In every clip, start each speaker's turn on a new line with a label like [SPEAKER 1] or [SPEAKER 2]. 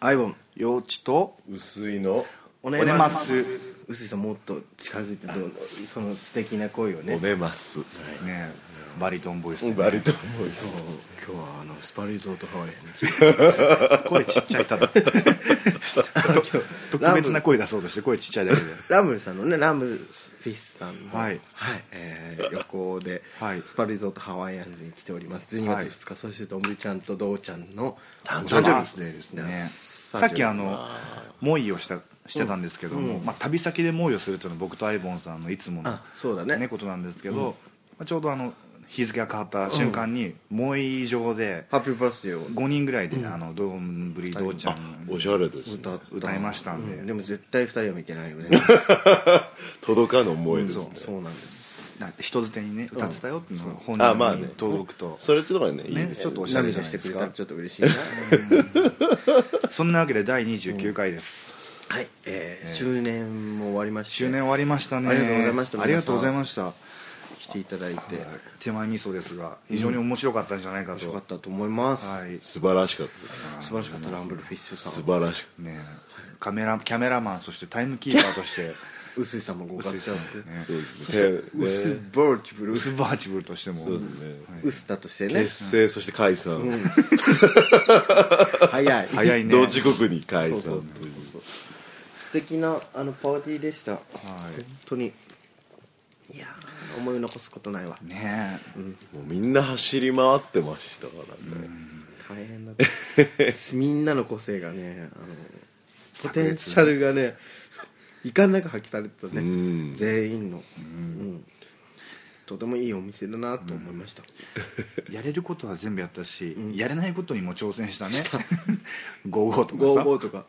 [SPEAKER 1] アイボン
[SPEAKER 2] 幼稚と
[SPEAKER 3] 薄いの
[SPEAKER 1] おねます臼井さんもっと近づいてどうその素敵な声をね
[SPEAKER 3] おねます
[SPEAKER 2] ねバリトンボイスでね
[SPEAKER 3] バリトンボイ
[SPEAKER 1] そ
[SPEAKER 3] ス
[SPEAKER 1] う今日はあのスパリゾートハワイに来 て
[SPEAKER 2] 声ちっちゃいただ特別な声出そうとして声ちっちゃいだけで
[SPEAKER 1] ラムルさんのねラムルフィスさんの
[SPEAKER 2] はい
[SPEAKER 1] えー旅行で、
[SPEAKER 2] はい
[SPEAKER 1] スパリゾートハワイアンズに来ております12
[SPEAKER 2] はい
[SPEAKER 1] 月2日、そしてどんぶりちゃんとどうちゃんの
[SPEAKER 3] 誕
[SPEAKER 2] 誕生
[SPEAKER 1] 誕
[SPEAKER 2] 日ですねです
[SPEAKER 1] ね
[SPEAKER 2] ねさっきあの猛威をしたしてたんですけども、まあ、旅先で猛威をするっていうのは僕とアイボンさんのいつもの
[SPEAKER 1] あそうだね
[SPEAKER 2] ねことなんですけど、まあ、ちょうどあの日付が変わった瞬間に猛威上で
[SPEAKER 1] ハッピーバースデーを
[SPEAKER 2] 5人ぐらいで、あのどんぶりどうちゃん
[SPEAKER 3] おしゃれですね
[SPEAKER 1] 歌
[SPEAKER 2] 歌いましたんで、
[SPEAKER 1] でも絶対2人は見てないよね
[SPEAKER 3] 届かぬ思いですね
[SPEAKER 1] そうなんです
[SPEAKER 2] なんか人づてにね歌ってたよっていうのが本
[SPEAKER 3] あまあ
[SPEAKER 2] 人
[SPEAKER 3] ね
[SPEAKER 2] に届くと、
[SPEAKER 3] それってとこねいい
[SPEAKER 2] ね
[SPEAKER 3] です
[SPEAKER 2] ちょ
[SPEAKER 3] よ
[SPEAKER 2] っとおしゃれじ
[SPEAKER 1] 涙
[SPEAKER 2] ゃない
[SPEAKER 1] してく
[SPEAKER 2] です
[SPEAKER 1] れ
[SPEAKER 2] か
[SPEAKER 1] たらちょっと 嬉しいな
[SPEAKER 2] そんなわけで第29回です、
[SPEAKER 1] はい、えー、周年も終わりまして
[SPEAKER 2] 周年終わりましたね
[SPEAKER 1] ありがとうございました
[SPEAKER 2] ありがとうございました
[SPEAKER 1] 来ていただいて
[SPEAKER 2] 手前味噌ですが非常に面白かったんじゃないか
[SPEAKER 1] 面
[SPEAKER 2] と、
[SPEAKER 1] 白かったと思います、
[SPEAKER 2] はい
[SPEAKER 3] 素晴らしかったです
[SPEAKER 1] 素晴らしかったランブルフィッシュさ
[SPEAKER 3] 素
[SPEAKER 1] ん
[SPEAKER 3] 晴らしかっ
[SPEAKER 2] ねカメラキャメラマンそしてタイムキーパーと して
[SPEAKER 1] 臼井さんもご活躍
[SPEAKER 3] たそうです
[SPEAKER 1] ウス
[SPEAKER 3] ね
[SPEAKER 1] バーチブル
[SPEAKER 2] ウスバーチブルとしても
[SPEAKER 3] そうですね
[SPEAKER 1] ウスだとしてね
[SPEAKER 3] 結成そして解散
[SPEAKER 1] 早い
[SPEAKER 2] 早いね
[SPEAKER 3] 同時刻に解
[SPEAKER 1] そう
[SPEAKER 3] 散
[SPEAKER 1] そう
[SPEAKER 3] という
[SPEAKER 1] そう素敵なあのパーティーでした、本当にいやー思い残すことないわ
[SPEAKER 2] ね
[SPEAKER 3] もうみんな走り回ってましたからね
[SPEAKER 1] 大変だった みんなの個性がねあのポテンシャルがねいかんなく発揮されてたね、
[SPEAKER 3] うん
[SPEAKER 1] 全員の、うんとてもいいお店だなと思いました、
[SPEAKER 2] やれることは全部やったし、やれないことにも挑戦したね 55とか
[SPEAKER 1] ゴ
[SPEAKER 2] さ
[SPEAKER 1] ーゴーとか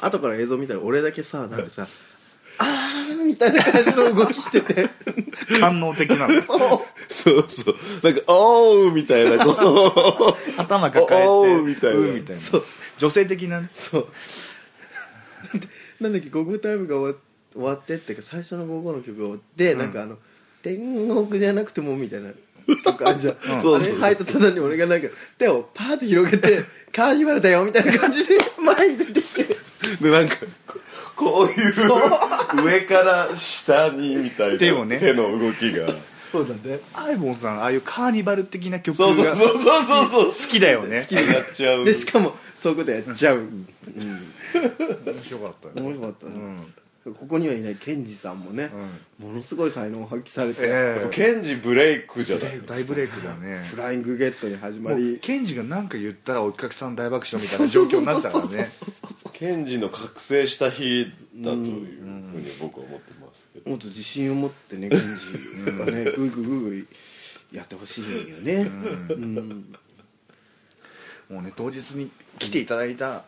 [SPEAKER 1] 後から映像見たら俺だけさなんかさ「あー」みたいな感じの動きしてて
[SPEAKER 2] 官能的なの
[SPEAKER 3] そうそうなんか「おー!」みたいなこ
[SPEAKER 2] 頭抱えて
[SPEAKER 3] おおーみたいな
[SPEAKER 2] うんみたいな
[SPEAKER 1] そう
[SPEAKER 2] 女性的なね
[SPEAKER 1] そう なんだっけ「ゴーゴータイム」が終わ終わってっていうか最初の「ゴーゴー」の曲が終わって、なんかあの「天国じゃなくても」みたいなとかあるじゃん、あ
[SPEAKER 3] そう
[SPEAKER 1] れ
[SPEAKER 3] そう
[SPEAKER 1] 入った途端に俺がなんか手をパーッと広げて「カーニバルだよ」みたいな感じで 前に出てきて
[SPEAKER 3] うでなんかここういう上から下にみたいな
[SPEAKER 2] 手をね
[SPEAKER 3] 手の動きが
[SPEAKER 1] そうだね
[SPEAKER 2] アイボンさんああいうカーニバル的な曲が
[SPEAKER 3] そうそう
[SPEAKER 2] 好
[SPEAKER 3] そうそうそうそう
[SPEAKER 2] きだよね
[SPEAKER 3] 好きになっちゃう
[SPEAKER 1] でしかもそういうことやっちゃう、面
[SPEAKER 2] 面白かったね
[SPEAKER 1] 白かったね、
[SPEAKER 2] うん
[SPEAKER 1] ここにはいないケンジさんもね、ものすごい才能を発揮されて、
[SPEAKER 2] ええ
[SPEAKER 3] ケンジブレイクじゃない
[SPEAKER 2] 大ブレイクだね
[SPEAKER 1] フライングゲットに始ま
[SPEAKER 2] もう
[SPEAKER 1] り
[SPEAKER 2] ケンジが何か言ったらお客さん大爆笑みたいな状況になったからね
[SPEAKER 3] ケンジの覚醒した日だというふうに僕は思ってますけど
[SPEAKER 1] もっと自信を持って ねケンジがねグイグイグイグイやってほしいよね、うん
[SPEAKER 2] もうね当日に来ていただいた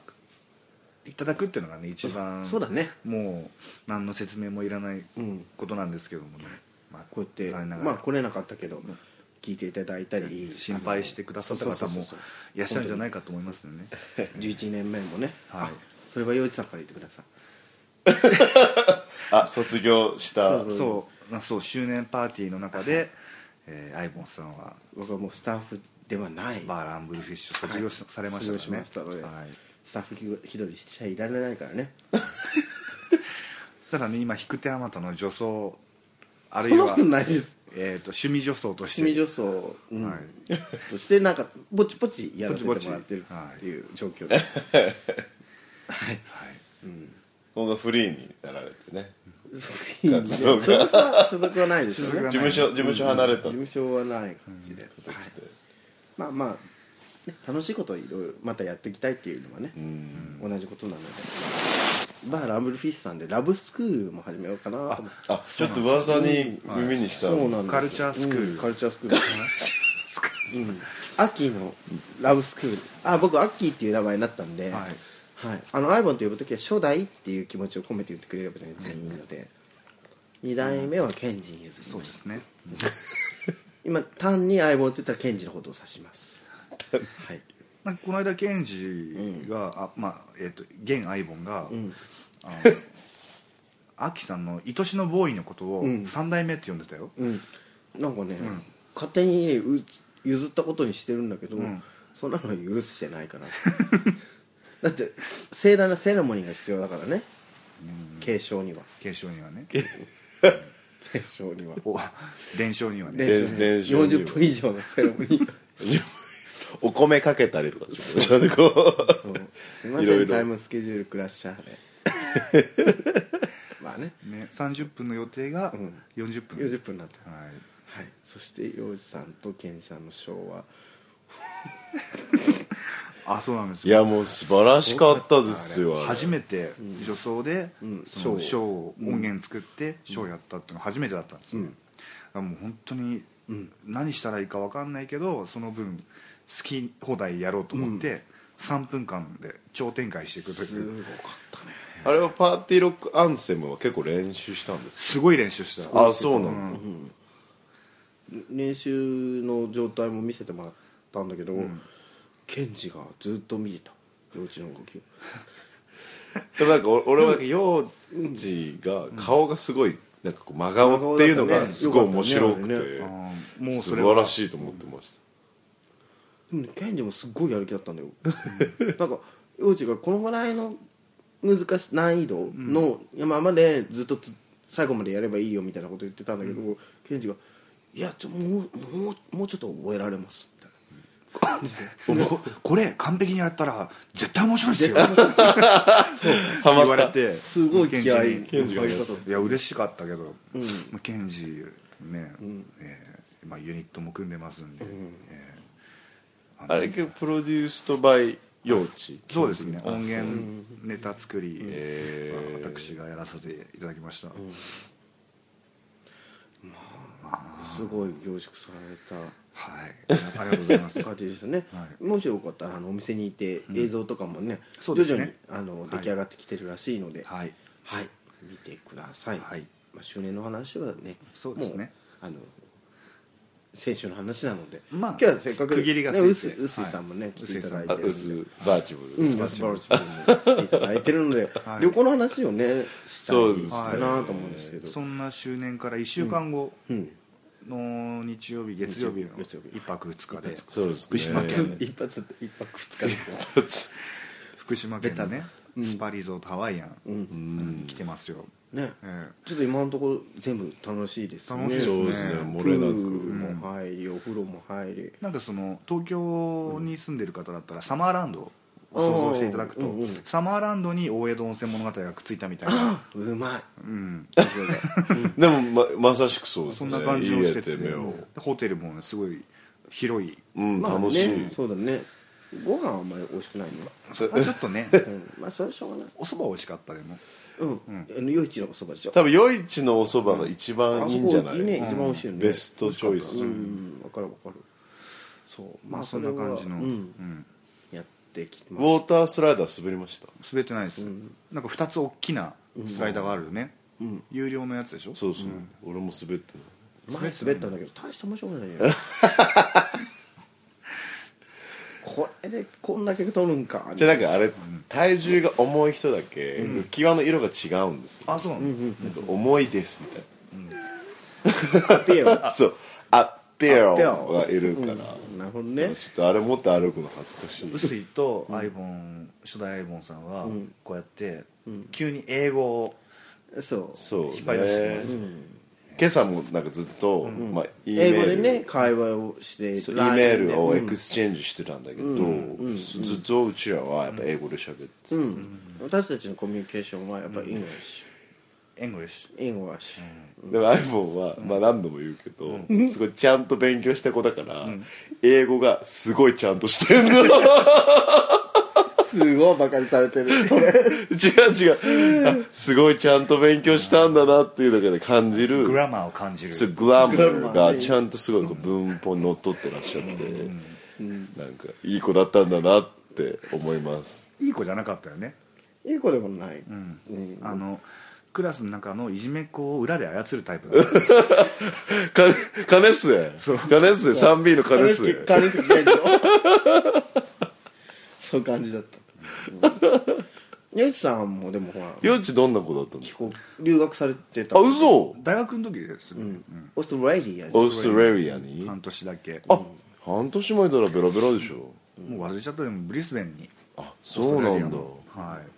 [SPEAKER 2] いただくっていうのがね一番
[SPEAKER 1] そうだね
[SPEAKER 2] もう何の説明もいらない
[SPEAKER 1] うん
[SPEAKER 2] ことなんですけどもね、まあ、
[SPEAKER 1] こうやって
[SPEAKER 2] 残念ながら
[SPEAKER 1] まあ来れなかったけど聞いていただいたり
[SPEAKER 2] 心配してくださった方
[SPEAKER 1] そうそう
[SPEAKER 2] も
[SPEAKER 1] そうそう
[SPEAKER 2] いらっしゃるんじゃないかと思いますよね
[SPEAKER 1] 11年目もね、
[SPEAKER 2] はい
[SPEAKER 1] あそれは洋一さんから言ってください
[SPEAKER 3] あ卒業した
[SPEAKER 1] そう
[SPEAKER 2] そうまあそう周年パーティーの中で、えーアイボンさんは
[SPEAKER 1] 僕はもうスタッフではない
[SPEAKER 2] バーランブルフィッシュ卒業し
[SPEAKER 1] はい
[SPEAKER 2] されました
[SPEAKER 1] 卒業しましたので
[SPEAKER 2] はい、
[SPEAKER 1] スタッフ気取りしちゃいられないからね
[SPEAKER 2] ただね今引く手あまたの女装あ
[SPEAKER 1] そん
[SPEAKER 2] るい
[SPEAKER 1] な
[SPEAKER 2] は
[SPEAKER 1] ことないです
[SPEAKER 2] えー、と趣味女装として
[SPEAKER 1] 趣味女装、うん
[SPEAKER 2] はい
[SPEAKER 1] としてなんかぼちぼちやらせてもらってる
[SPEAKER 2] ぼちぼち
[SPEAKER 1] っていう状況です、
[SPEAKER 2] はい
[SPEAKER 3] 今後フリーになられてね
[SPEAKER 1] 所属は所属はないですよ
[SPEAKER 2] 所属
[SPEAKER 1] ね
[SPEAKER 2] は
[SPEAKER 3] 事務所事務所離れた
[SPEAKER 1] 事務所はない感じで、はいまあまあね、楽しいことをいろいろまたやっていきたいっていうのはね
[SPEAKER 3] う、ん
[SPEAKER 1] 同じことなのでバーランブルフィッシュさんでラブスクールも始めようかなと思って
[SPEAKER 3] あちょっと噂に耳にした
[SPEAKER 1] そうなんですよ
[SPEAKER 2] カルチャースクール
[SPEAKER 1] うんカルチャースクールうんアッキーのラブスクールあ僕アッキーっていう名前になったんで、
[SPEAKER 2] はい
[SPEAKER 1] はい、あのアイボンと呼ぶ時は初代っていう気持ちを込めて言ってくれれば全然いいので2代目はケンジに譲り
[SPEAKER 2] そう
[SPEAKER 1] ま
[SPEAKER 2] で
[SPEAKER 1] した
[SPEAKER 2] すね
[SPEAKER 1] 今単にアイボンって言ったらケンジのことを指しますはい
[SPEAKER 2] まあこの間ケンジが、あまあえっ、と現アイボンが、
[SPEAKER 1] ん
[SPEAKER 2] あの アキさんの愛しのボーイのことを
[SPEAKER 1] うん
[SPEAKER 2] 三代目って呼んでたよ、
[SPEAKER 1] うんなんかね、勝手にねう譲ったことにしてるんだけど、
[SPEAKER 2] ん
[SPEAKER 1] そんなの許してないからだって盛大なセレモニーが必要だからね継承には
[SPEAKER 2] 継承にはね
[SPEAKER 1] 継承には
[SPEAKER 2] お伝承にはね
[SPEAKER 1] 伝承には
[SPEAKER 3] 伝承には
[SPEAKER 1] 40分以上のセレモニーが
[SPEAKER 3] お米かけたりとかするなんでこ
[SPEAKER 1] そううすいません
[SPEAKER 3] いろいろ
[SPEAKER 1] タイムスケジュールクラッシャーでまあね
[SPEAKER 2] ね30分の予定が
[SPEAKER 1] ん
[SPEAKER 2] 40分、
[SPEAKER 1] 40分になった
[SPEAKER 2] はい
[SPEAKER 1] はい、そして洋治さんと健さんのショーは
[SPEAKER 2] あそうなんです
[SPEAKER 3] い
[SPEAKER 2] よ
[SPEAKER 3] やもう素晴らしかったですよ
[SPEAKER 2] 初めて女装で
[SPEAKER 1] うん
[SPEAKER 2] その
[SPEAKER 1] ショー
[SPEAKER 2] ショーを音源作ってショーやったっていうのが初めてだったんですよ、だからもう本当に何したらいいか分かんないけどその分好き放題やろうと思って3分間で超展開していくと
[SPEAKER 1] す
[SPEAKER 2] い
[SPEAKER 1] ご
[SPEAKER 2] う
[SPEAKER 1] かったね
[SPEAKER 3] あれはパーティーロックアンセムは結構練習したんです
[SPEAKER 2] すごい練習した
[SPEAKER 3] あそうな
[SPEAKER 2] う
[SPEAKER 3] の
[SPEAKER 2] ん
[SPEAKER 1] 練習の状態も見せてもらったんだけど、ケンジがずっと見てた幼稚の動きを
[SPEAKER 3] でもなんかお俺は幼児が顔がすごいなんかこう真顔っていうのがすごい面白く
[SPEAKER 1] よか
[SPEAKER 3] て
[SPEAKER 2] あーもうそ
[SPEAKER 3] 素
[SPEAKER 2] れ
[SPEAKER 3] 晴
[SPEAKER 2] は
[SPEAKER 3] らしいと思ってまし
[SPEAKER 1] でもねケンジもすっごいやる気だったんだよ なんか幼稚がこのぐらいの難し難易度の山までずっとつ最後までやればいいよみたいなこと言ってたんだけど、ケンジが「いやちょもうもうもうちょっと覚えられます」みたいな
[SPEAKER 2] ここれ完璧にやったら絶対面白いですよ
[SPEAKER 3] た
[SPEAKER 2] 言われて
[SPEAKER 1] すごい気合い
[SPEAKER 3] ケンジが
[SPEAKER 1] いっぱいかかっ
[SPEAKER 2] いや嬉しかったけど、
[SPEAKER 1] ん
[SPEAKER 2] まあ、ケンジね、えーまあ、ユニットも組んでますんで、え
[SPEAKER 3] あれがプロデュースとバイ幼稚
[SPEAKER 2] ーそうですね音源ネタ作り、
[SPEAKER 3] へー
[SPEAKER 2] まあ私がやらせていただきました、
[SPEAKER 1] たすごい凝縮された
[SPEAKER 2] はいありがとうございます
[SPEAKER 1] 感じでしたね、
[SPEAKER 2] は
[SPEAKER 1] もしよかったらあのお店にいて映像とかもね、
[SPEAKER 2] そうで
[SPEAKER 1] 徐
[SPEAKER 2] す
[SPEAKER 1] 々に
[SPEAKER 2] ね
[SPEAKER 1] あの
[SPEAKER 2] い
[SPEAKER 1] 出来上がってきてるらしいのではい、
[SPEAKER 2] はい
[SPEAKER 1] 見てください、
[SPEAKER 2] はい
[SPEAKER 1] まあ、周年の話はね
[SPEAKER 2] そうですね
[SPEAKER 1] もうあの先週の話なので、
[SPEAKER 2] まあ
[SPEAKER 1] 今日はせっかく
[SPEAKER 2] 区切りがつ
[SPEAKER 1] ね
[SPEAKER 2] いて
[SPEAKER 1] うすうすいさんもね、
[SPEAKER 2] はい
[SPEAKER 1] 来ていただいて
[SPEAKER 3] あ
[SPEAKER 1] るんで
[SPEAKER 3] うすバーチブ
[SPEAKER 1] う
[SPEAKER 3] ル
[SPEAKER 1] ん、バスバルスに来ていただいてるので、
[SPEAKER 2] はい
[SPEAKER 1] 旅行の話をねした
[SPEAKER 3] そうです
[SPEAKER 1] いなと思うんですけど、
[SPEAKER 2] そんな周年から1週間後
[SPEAKER 1] うん
[SPEAKER 2] の日曜日月曜日の
[SPEAKER 1] 月曜日
[SPEAKER 2] 1泊2日で
[SPEAKER 3] そうですね
[SPEAKER 2] 福島県
[SPEAKER 1] 一発一泊二日です
[SPEAKER 2] 福島県のね
[SPEAKER 1] うん
[SPEAKER 2] スパリゾートハワイアン、
[SPEAKER 1] うん
[SPEAKER 2] うん来てますよ、
[SPEAKER 1] ね
[SPEAKER 2] え
[SPEAKER 1] ちょっと今のところ全部楽しいですね
[SPEAKER 2] 楽しいですねそうですね
[SPEAKER 3] 漏
[SPEAKER 1] プ
[SPEAKER 3] れなく
[SPEAKER 1] ールも入り、お風呂も入 り
[SPEAKER 2] ーなんかその東京に住んでる方だったらサマーランドを想像していただくと、
[SPEAKER 1] うんうん
[SPEAKER 2] サマーランドに大江戸温泉物語がくっついたみた いな、
[SPEAKER 1] うまい
[SPEAKER 2] うん、
[SPEAKER 3] でもままさしくそうです
[SPEAKER 2] そ
[SPEAKER 3] ね
[SPEAKER 2] んな感じの施設
[SPEAKER 3] いい
[SPEAKER 2] で
[SPEAKER 3] やてめを
[SPEAKER 2] ホテルもすごい広い
[SPEAKER 3] うん
[SPEAKER 1] まあ
[SPEAKER 3] 楽し
[SPEAKER 1] ね
[SPEAKER 3] い
[SPEAKER 1] そうだねご飯はあんまり美味しくないね
[SPEAKER 2] ちょっ とね
[SPEAKER 1] うんまあそれはしょうがない
[SPEAKER 2] お蕎麦美味しかったでも
[SPEAKER 1] うんあの夜市のおそばでしょ
[SPEAKER 3] 多分夜市のおそばが一番いいんじゃな
[SPEAKER 1] あそこね
[SPEAKER 3] い
[SPEAKER 1] 一番美味しいよね
[SPEAKER 3] ベストチョイス
[SPEAKER 1] うんわかるわかるそう
[SPEAKER 2] まあそんな感じ
[SPEAKER 1] そ
[SPEAKER 2] の、
[SPEAKER 1] れは
[SPEAKER 2] う
[SPEAKER 1] うん
[SPEAKER 2] ん、
[SPEAKER 1] やってきて
[SPEAKER 3] ウ
[SPEAKER 1] ま
[SPEAKER 3] ォー
[SPEAKER 1] す
[SPEAKER 3] タースライダー滑りました
[SPEAKER 2] 滑ってないです、なんか2つ大きなスライダーがあるよね、
[SPEAKER 1] うん
[SPEAKER 2] 有料のやつでしょ
[SPEAKER 3] そうそう、俺も滑って
[SPEAKER 1] 前滑ったんだけど大した面白くない よこれでこんだけ取るんか
[SPEAKER 3] じゃあなんかあれ体重が重い人だけ浮き輪の色が違うんですよ
[SPEAKER 2] あそうなの、
[SPEAKER 3] なんか重いですみたい
[SPEAKER 1] かってよ
[SPEAKER 3] な そうアッペロ
[SPEAKER 1] アッペロ
[SPEAKER 3] がいるから
[SPEAKER 1] なるほど
[SPEAKER 3] ち
[SPEAKER 1] ね
[SPEAKER 3] ょっとあれ持って歩くの恥ずかしい
[SPEAKER 2] 臼井とアイボン初代アイボンさんは
[SPEAKER 1] ん
[SPEAKER 2] こうやって急に英語を
[SPEAKER 1] そう
[SPEAKER 3] そうね
[SPEAKER 2] 引っ張り出してます
[SPEAKER 3] 今朝もなんかずっと、まあ、E メ
[SPEAKER 1] 英語で
[SPEAKER 3] ール
[SPEAKER 1] ね会話をして
[SPEAKER 3] そう E メ
[SPEAKER 1] LINE で
[SPEAKER 3] ールをエ
[SPEAKER 1] うん
[SPEAKER 3] クスチェンジしてたんだけど、ずずっとうちらはやっぱ英語で喋ってて、
[SPEAKER 1] うん私たちのコミュニケーションはやっぱり English
[SPEAKER 2] English
[SPEAKER 1] English
[SPEAKER 3] でも iPhone は、まあ、何度も言うけど、すごいちゃんと勉強した子だから、英語がすごいちゃんとしてるの
[SPEAKER 1] すごいバカにされ てるそれ
[SPEAKER 3] 違う違うあすごいちゃんと勉強したんだなっていうだけで感じる
[SPEAKER 2] グラマーを感じる
[SPEAKER 3] そうグラマ
[SPEAKER 1] グラマ
[SPEAKER 3] ー
[SPEAKER 1] ー
[SPEAKER 3] が
[SPEAKER 1] ね
[SPEAKER 3] ちゃんとすごいこう文法にのっとってらっしゃって、なんかいい子だったんだなって思います
[SPEAKER 2] いい子じゃなかったよね、
[SPEAKER 1] いい子でもない
[SPEAKER 2] うん、あのクラスの中のいじめっ子を裏で操るタイプだった
[SPEAKER 3] か金っすね金っすね 3B の金っすね
[SPEAKER 1] 金好き金好き そういう感じだったヨシさんもでもほら
[SPEAKER 3] 幼稚どんな子だったんです
[SPEAKER 1] 帰
[SPEAKER 3] か
[SPEAKER 1] 国留学されてた
[SPEAKER 3] あ嘘
[SPEAKER 2] 大学の時ですね、
[SPEAKER 1] オーストラリアで
[SPEAKER 3] オーストラリア
[SPEAKER 2] うん
[SPEAKER 3] に
[SPEAKER 2] 半年だけ
[SPEAKER 3] あ半年前いたらベラベラでしょ
[SPEAKER 2] もう忘れちゃったでもブリスベンに
[SPEAKER 3] あそうな
[SPEAKER 2] オーストラリア
[SPEAKER 3] んだ
[SPEAKER 2] のはい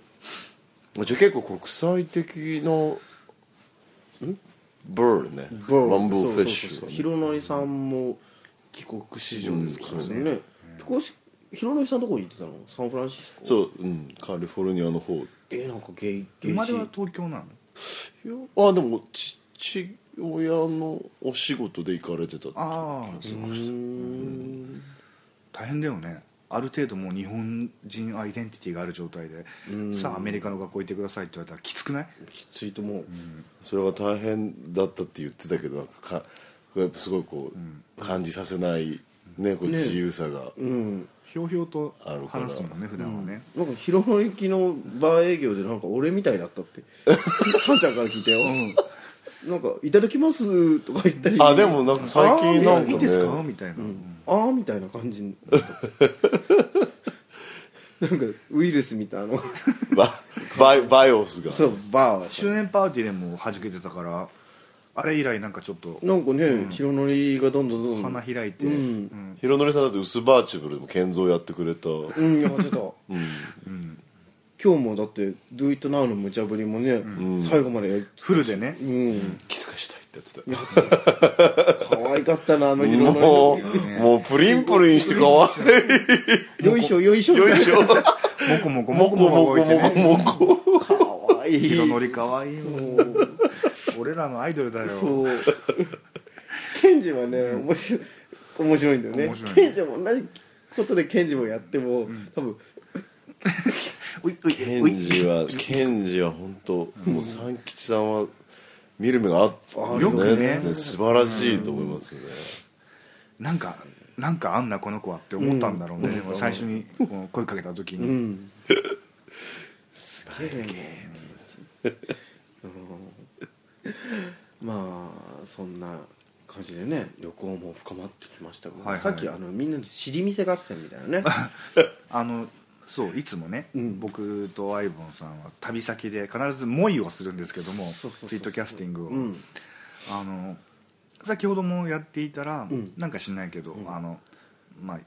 [SPEAKER 3] じゃあ結構国際的なんブールね
[SPEAKER 1] ブー
[SPEAKER 3] ランボーフィッシ
[SPEAKER 1] そうそうそう
[SPEAKER 3] ュ
[SPEAKER 1] ひろのりさんも帰国子女ですから
[SPEAKER 3] うんそう
[SPEAKER 1] ね帰国子ひろのりさんどこに行ってたのサンフランシスコう
[SPEAKER 3] そううんカリフォルニアの方い
[SPEAKER 1] でなんかゲイゲイ
[SPEAKER 2] 生
[SPEAKER 1] シ
[SPEAKER 2] まれは東京なの
[SPEAKER 3] やあでも父親のお仕事で行かれてたって
[SPEAKER 2] ああ
[SPEAKER 1] うーん
[SPEAKER 2] 大変だよねある程度もう日本人アイデンティティがある状態で
[SPEAKER 1] うん
[SPEAKER 2] さあアメリカの学校行ってくださいって言われたらきつくない
[SPEAKER 1] きついと思う
[SPEAKER 3] それが大変だったって言ってたけどなんかかやっぱすごいこう、感じさせないねこう
[SPEAKER 1] ね
[SPEAKER 3] 自由さが、
[SPEAKER 1] うん
[SPEAKER 2] ひょうひょうと
[SPEAKER 3] あるから
[SPEAKER 2] 話すもんね普段はね
[SPEAKER 1] なんかひろのりきのバー営業でなんか俺みたいだったって さんちゃんから聞いたよなんか「いただきます」とか言ったり
[SPEAKER 3] あでもなんか最近なんか
[SPEAKER 2] い
[SPEAKER 3] ね
[SPEAKER 2] いですかみたいな、
[SPEAKER 1] あーみたいな感 じなんかウイルスみたいな の
[SPEAKER 3] ババイバイオスが
[SPEAKER 1] そうバー
[SPEAKER 2] 周年パーティーでも弾けてたからあれ以来なんかちょっと
[SPEAKER 1] なんかね、ヒロノリがどんどんどんどん
[SPEAKER 2] 花開いて、
[SPEAKER 1] うん
[SPEAKER 2] うん
[SPEAKER 3] ヒロノリさんだってウスバーチュブルでも建造やってくれた、
[SPEAKER 1] うんやってた今日もだって「Do It Now」の無茶ぶりもね、最後までやっ
[SPEAKER 2] フルでね
[SPEAKER 1] うん
[SPEAKER 3] 気づかしたいってやつだ
[SPEAKER 1] 可愛かったなあのヒロノ
[SPEAKER 3] もうもうプリンプリンしてかわ
[SPEAKER 1] リよいしょよいしょ
[SPEAKER 3] いいよいしょ
[SPEAKER 2] モコモコ
[SPEAKER 3] も
[SPEAKER 2] モ
[SPEAKER 3] こ
[SPEAKER 2] コ
[SPEAKER 3] も
[SPEAKER 2] モコ
[SPEAKER 3] こ
[SPEAKER 2] 動
[SPEAKER 3] も
[SPEAKER 2] いて
[SPEAKER 3] こ
[SPEAKER 2] ね
[SPEAKER 3] もこ
[SPEAKER 1] 可愛い
[SPEAKER 2] 色のりかわいいもん俺らのアイドルだよ
[SPEAKER 1] そうケンジはね面白い面白いんだよね
[SPEAKER 2] 面白い
[SPEAKER 1] ケンジも同じことでケンジもやっても、多分
[SPEAKER 2] ういういう
[SPEAKER 3] ケ
[SPEAKER 2] う
[SPEAKER 3] ン
[SPEAKER 2] い
[SPEAKER 3] ジはケンジは本当もう三吉さんは見る目があった
[SPEAKER 1] ある
[SPEAKER 2] よね
[SPEAKER 3] 素晴らしいと思いますね、
[SPEAKER 2] なんかなんかあんなこの子はって思ったんだろうね、でも最初にこう声かけた時
[SPEAKER 1] う
[SPEAKER 2] に、
[SPEAKER 1] んすげえねうんまあそんな感じでね旅行も深まってきましたが、
[SPEAKER 2] はいはい
[SPEAKER 1] さっきあのみんなで尻見せ合戦みたいな ね
[SPEAKER 2] あのそういつもね、
[SPEAKER 1] うん
[SPEAKER 2] 僕とアイボンさんは旅先で必ずモイをするんですけども
[SPEAKER 1] そうそうそうそう
[SPEAKER 2] ツイートキャスティングを、
[SPEAKER 1] うん
[SPEAKER 2] あの先ほどもやっていたら、
[SPEAKER 1] うん
[SPEAKER 2] なんかしないけど、
[SPEAKER 1] ん
[SPEAKER 2] あのまあ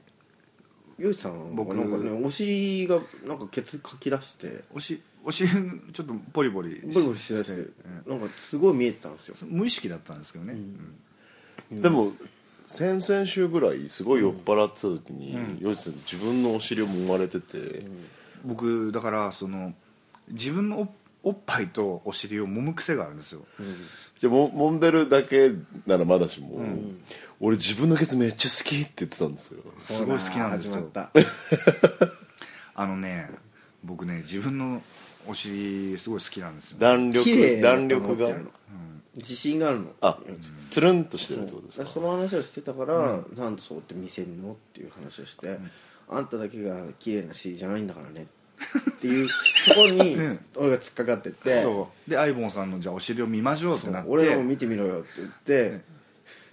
[SPEAKER 1] よいさんは
[SPEAKER 2] 僕
[SPEAKER 1] なんかねお尻がなんかケツかき出して
[SPEAKER 2] おしおし ちょっとポリポリ
[SPEAKER 1] ボリボリしだして
[SPEAKER 2] うん
[SPEAKER 1] なんかすごい見えてたんですよ
[SPEAKER 2] 無意識だったんですけどね、
[SPEAKER 1] うん
[SPEAKER 2] うん
[SPEAKER 3] でも先々週ぐらいすごい酔っ払ってた時に、
[SPEAKER 2] うん
[SPEAKER 3] ヨシさん自分のお尻を揉まれてて、
[SPEAKER 2] 僕だからその自分のおおっぱいとお尻を揉む癖があるんですよ
[SPEAKER 3] じゃあも揉んでるだけならまだしも、
[SPEAKER 2] ん
[SPEAKER 3] 俺自分のケツめっちゃ好きって言ってたんですよ
[SPEAKER 2] すごい好きなんですよ
[SPEAKER 1] ほら始ま った
[SPEAKER 2] あのね僕ね自分のお尻すごい好きなんですよ、ね、
[SPEAKER 3] 弾
[SPEAKER 1] 綺麗
[SPEAKER 3] 力
[SPEAKER 1] だと
[SPEAKER 3] 弾
[SPEAKER 1] 思ってる
[SPEAKER 3] 力
[SPEAKER 1] の
[SPEAKER 3] が
[SPEAKER 1] 自信があるの
[SPEAKER 3] あつるんとしてるってことです
[SPEAKER 1] そ
[SPEAKER 3] か
[SPEAKER 1] の話をしてたから、なんでそうやって見せるのっていう話をして、あんただけが綺麗な尻じゃないんだからねっていうところに
[SPEAKER 2] うん
[SPEAKER 1] 俺が突っかかってって、
[SPEAKER 2] そうでアイボンさんのじゃあお尻を見ましょうって
[SPEAKER 1] そう
[SPEAKER 2] なって
[SPEAKER 1] 俺らも見てみろよって言って、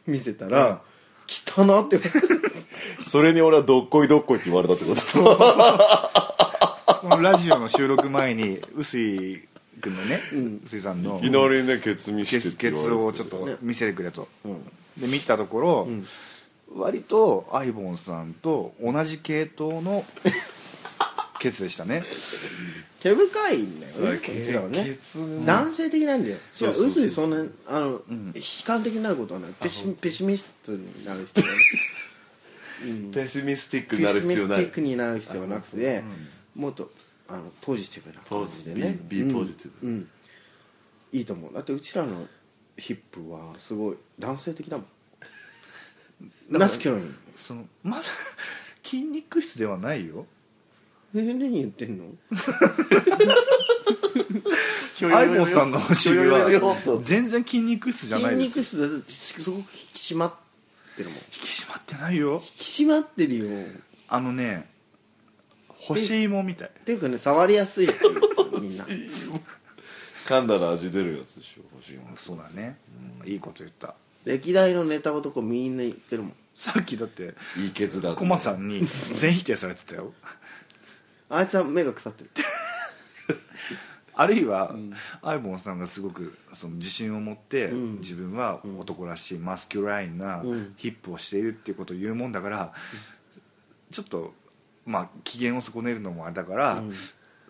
[SPEAKER 1] 見せたら、汚なって思 って
[SPEAKER 3] それに俺はどっこいどっこいって言われたってことですか
[SPEAKER 2] このラジオの収録前に臼井君のね臼井さんの
[SPEAKER 3] いきなりねケツ見して
[SPEAKER 2] ケ
[SPEAKER 3] って
[SPEAKER 2] ツケ
[SPEAKER 3] 言
[SPEAKER 2] ツ
[SPEAKER 3] われて
[SPEAKER 2] をちょっと見せてくれと、
[SPEAKER 1] ん
[SPEAKER 2] で見たところ、割とアイボンさんと同じ系統のケツでしたね
[SPEAKER 1] 毛深いんだよ
[SPEAKER 3] それ
[SPEAKER 1] ねこっちらはね
[SPEAKER 3] ケツ
[SPEAKER 1] 男性的なんだよい
[SPEAKER 3] そ
[SPEAKER 1] や
[SPEAKER 3] うそうそう
[SPEAKER 1] 薄いそんなあの、悲観的になることはないペシペシミストになる必要はない
[SPEAKER 3] ペスミスティック
[SPEAKER 1] クリ
[SPEAKER 3] にな
[SPEAKER 1] ス
[SPEAKER 3] る
[SPEAKER 1] マ
[SPEAKER 3] 必要
[SPEAKER 1] ステ
[SPEAKER 3] な
[SPEAKER 1] ィ
[SPEAKER 3] い
[SPEAKER 1] ックになる必要はなくて、もっとあのポジティブな感じでね
[SPEAKER 3] ポジ be- be positive
[SPEAKER 1] うんうんいいと思うだってうちらのヒップはすごい男性的だもんマスキュリン
[SPEAKER 2] そのまだ筋肉質ではないよ
[SPEAKER 1] え何言ってんの
[SPEAKER 2] アイボンさんのお尻
[SPEAKER 3] ひょよよよよ
[SPEAKER 2] は全然筋肉質じゃな
[SPEAKER 1] 筋
[SPEAKER 2] いで
[SPEAKER 1] 肉
[SPEAKER 2] す
[SPEAKER 1] 質だってすごく引き締まってるもん引
[SPEAKER 2] 引き締まってないよ
[SPEAKER 1] き締まってるよ
[SPEAKER 2] あのね干し芋みたい
[SPEAKER 1] っていうかね触りやすいっていうみんな
[SPEAKER 3] 噛んだら味出るやつでしょ欲しいもん
[SPEAKER 2] そうだね、いいこと言った
[SPEAKER 1] 歴代のネタ男みんな言ってるもん
[SPEAKER 2] さっきだって
[SPEAKER 3] いいケツだって
[SPEAKER 2] コマさんに全否定されてたよ
[SPEAKER 1] あいつは目が腐ってる
[SPEAKER 2] あるいは、アイボンさんがすごくその自信を持って、
[SPEAKER 1] うん
[SPEAKER 2] 自分は男らしいマスキュラインな
[SPEAKER 1] うん
[SPEAKER 2] ヒップをしているっていうことを言うもんだから、ちょっとまあ機嫌を損ねるのもあれだから、
[SPEAKER 1] うん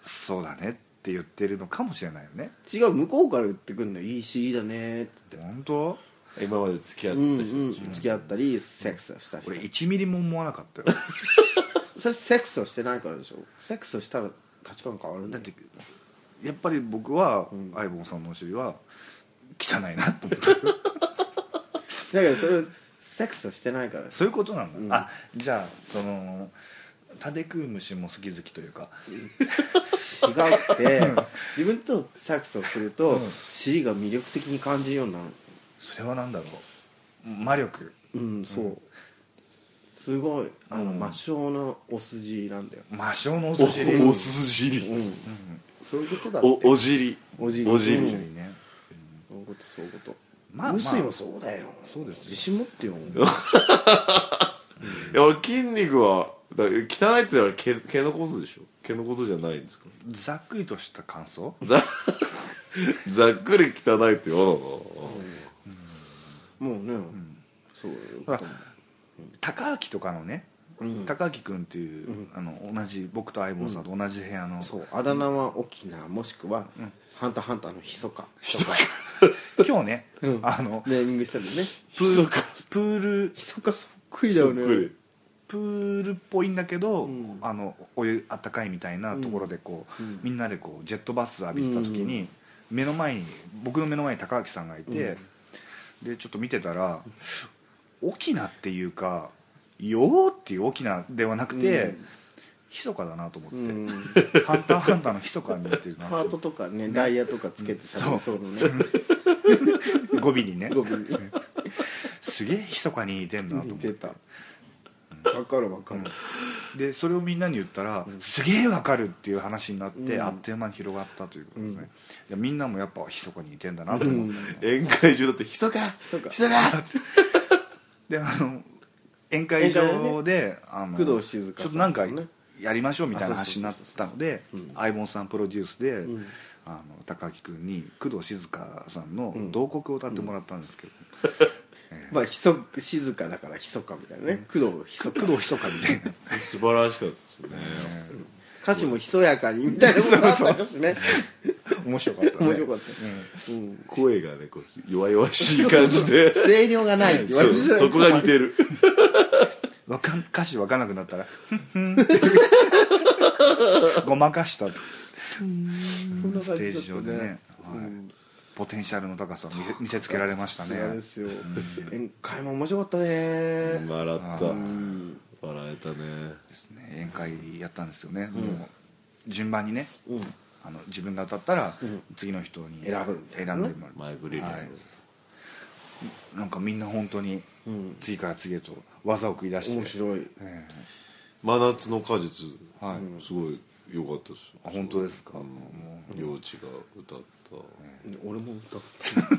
[SPEAKER 2] そうだねって言ってるのかもしれないよね
[SPEAKER 1] 違う向こうから言ってくんのいいしいいだねっつって
[SPEAKER 2] 本当
[SPEAKER 3] 今まで付き合っ
[SPEAKER 1] うんうん
[SPEAKER 3] た人たち、
[SPEAKER 1] 付き合ったりセックスしたり
[SPEAKER 2] 俺1ミリも思わなかったよ
[SPEAKER 1] それセックスをしてないからでしょセックスをしたら価値観変わるんだ
[SPEAKER 2] だっ
[SPEAKER 1] よ
[SPEAKER 2] てやっぱり僕は
[SPEAKER 1] うん
[SPEAKER 2] 相棒さんのお尻は汚いなと思った
[SPEAKER 1] だけどそれセックスをしてないからでしょ
[SPEAKER 2] そういうことなんだ、
[SPEAKER 1] うん
[SPEAKER 2] あじゃあその食べ食う虫も好き好きというか
[SPEAKER 1] 違くて自分とセックスをすると、
[SPEAKER 2] うん
[SPEAKER 1] 尻が魅力的に感じるようになる
[SPEAKER 2] それは何だろう魔力
[SPEAKER 1] うんそう、すごいあの、
[SPEAKER 2] うん
[SPEAKER 1] 魔性のお筋なんだよ
[SPEAKER 2] 魔性のお
[SPEAKER 3] お
[SPEAKER 2] 寿司
[SPEAKER 3] お尻、
[SPEAKER 1] うん、そういうことだって
[SPEAKER 3] おお尻
[SPEAKER 1] お尻
[SPEAKER 3] お
[SPEAKER 1] 尻
[SPEAKER 3] 尻
[SPEAKER 1] うん
[SPEAKER 2] ね
[SPEAKER 1] そういうことそういうこと
[SPEAKER 2] まあ
[SPEAKER 1] 臼井、
[SPEAKER 2] まあ
[SPEAKER 1] もそうだよ
[SPEAKER 2] そうですよ
[SPEAKER 1] 自信持って よ
[SPEAKER 3] いや俺筋肉はだから汚いって言ったら毛毛のことでしょ毛のことじゃないんですか
[SPEAKER 2] ざっくりとした感想
[SPEAKER 3] ざ ざっくり汚いって言わな
[SPEAKER 1] もうね、そうよ
[SPEAKER 2] ほら高明とかのね、
[SPEAKER 1] うん
[SPEAKER 2] 高明君っていう、
[SPEAKER 1] うん
[SPEAKER 2] あの同じ僕と相棒さんと同じ部屋の、
[SPEAKER 1] そうあだ名は沖縄もしくは、ハンターハンターのひそかひか
[SPEAKER 2] 今日ね、
[SPEAKER 1] うん
[SPEAKER 2] あの
[SPEAKER 1] ネーミングしたんだよね
[SPEAKER 2] プープール
[SPEAKER 1] ひそかそっくりだ
[SPEAKER 3] そ
[SPEAKER 1] よ
[SPEAKER 3] っ
[SPEAKER 1] ね
[SPEAKER 3] く
[SPEAKER 2] プールっぽいんだけど、
[SPEAKER 1] うん
[SPEAKER 2] あのお湯あったかいみたいなところでこう、
[SPEAKER 1] うん
[SPEAKER 2] みんなでこうジェットバス浴びてた時に、目の前に僕の目の前に高明さんがいて、でちょっと見てたら「沖縄」っていうか「よー」っていう沖縄ではなくて、
[SPEAKER 1] うん
[SPEAKER 2] 密かだなと思って「
[SPEAKER 1] うん
[SPEAKER 2] ハンターハンター」の密かにっていうな
[SPEAKER 1] ハートとかねダイヤとかつけてしゃべりそうなね
[SPEAKER 2] 語尾にね
[SPEAKER 1] 語尾に
[SPEAKER 2] すげえ密かに似てんなと思っ
[SPEAKER 1] 似
[SPEAKER 2] て
[SPEAKER 1] てたわかるわかる
[SPEAKER 2] でそれをみんなに言ったら、すげえわかるっていう話になって、
[SPEAKER 1] うん
[SPEAKER 2] あっという間に広がったということですね、いやみんなもやっぱ密かに似てんだなと
[SPEAKER 1] う
[SPEAKER 2] 思って、
[SPEAKER 1] ん
[SPEAKER 3] り宴会中だってひそか
[SPEAKER 1] ひそか
[SPEAKER 3] ひそか
[SPEAKER 2] であの宴会場で、あの
[SPEAKER 1] 工藤静香
[SPEAKER 2] ちょっと
[SPEAKER 1] さ
[SPEAKER 2] なんん
[SPEAKER 1] と
[SPEAKER 2] か
[SPEAKER 1] ね
[SPEAKER 2] やりましょうみたいな話になったので
[SPEAKER 1] そうそうそうそううん
[SPEAKER 2] 相棒さんプロデュースで、
[SPEAKER 1] ん
[SPEAKER 2] あの高木君に工藤静香さんの
[SPEAKER 1] うん
[SPEAKER 2] 「慟哭」を歌ってもらったんですけど、
[SPEAKER 1] まあひそ静かだからひそかみたいなね工藤ひそか
[SPEAKER 2] 工藤ひそかみたいな
[SPEAKER 3] 素晴らしかったですよね
[SPEAKER 1] 歌詞もひそやかにみたいなことあったしね
[SPEAKER 2] 面白かったね
[SPEAKER 1] 面白かった
[SPEAKER 2] うん
[SPEAKER 1] うん
[SPEAKER 3] 声がねこう弱々しい感じ で
[SPEAKER 1] 声量がないって言わ
[SPEAKER 3] そ
[SPEAKER 1] れ
[SPEAKER 3] う
[SPEAKER 1] てた
[SPEAKER 3] そこが似 てる
[SPEAKER 2] わかん歌詞わかんなくなったらふんふん ごまかしたと
[SPEAKER 1] そんな
[SPEAKER 2] ス
[SPEAKER 1] 感
[SPEAKER 2] テ
[SPEAKER 1] じ
[SPEAKER 2] ー
[SPEAKER 1] だ
[SPEAKER 2] ジ
[SPEAKER 1] った
[SPEAKER 2] 上でね、はい
[SPEAKER 1] うん
[SPEAKER 2] ポテンシャルの高さを見せ見せつけられました
[SPEAKER 1] さすが
[SPEAKER 2] ね
[SPEAKER 1] ですよ宴会も面白かったね
[SPEAKER 3] 笑った
[SPEAKER 1] うん
[SPEAKER 3] 笑えたね
[SPEAKER 2] ですね宴会やったんですよね、
[SPEAKER 1] ん
[SPEAKER 2] もう順番にね
[SPEAKER 1] うん
[SPEAKER 2] あの自分が歌ったら、
[SPEAKER 1] うん
[SPEAKER 2] 次の人に
[SPEAKER 1] 選ぶみた
[SPEAKER 2] 選
[SPEAKER 1] いなんね
[SPEAKER 2] でもらう
[SPEAKER 3] 前振りで、
[SPEAKER 2] はいなんかみんな本当に
[SPEAKER 1] うん
[SPEAKER 2] 次から次へと技を繰り出して
[SPEAKER 1] 面白い
[SPEAKER 2] ええ
[SPEAKER 3] 真夏の果実、
[SPEAKER 2] はい
[SPEAKER 3] すごい良かったです
[SPEAKER 2] あ本当ですか
[SPEAKER 3] うん
[SPEAKER 2] も
[SPEAKER 3] 陽一が歌った、
[SPEAKER 1] 俺も歌っ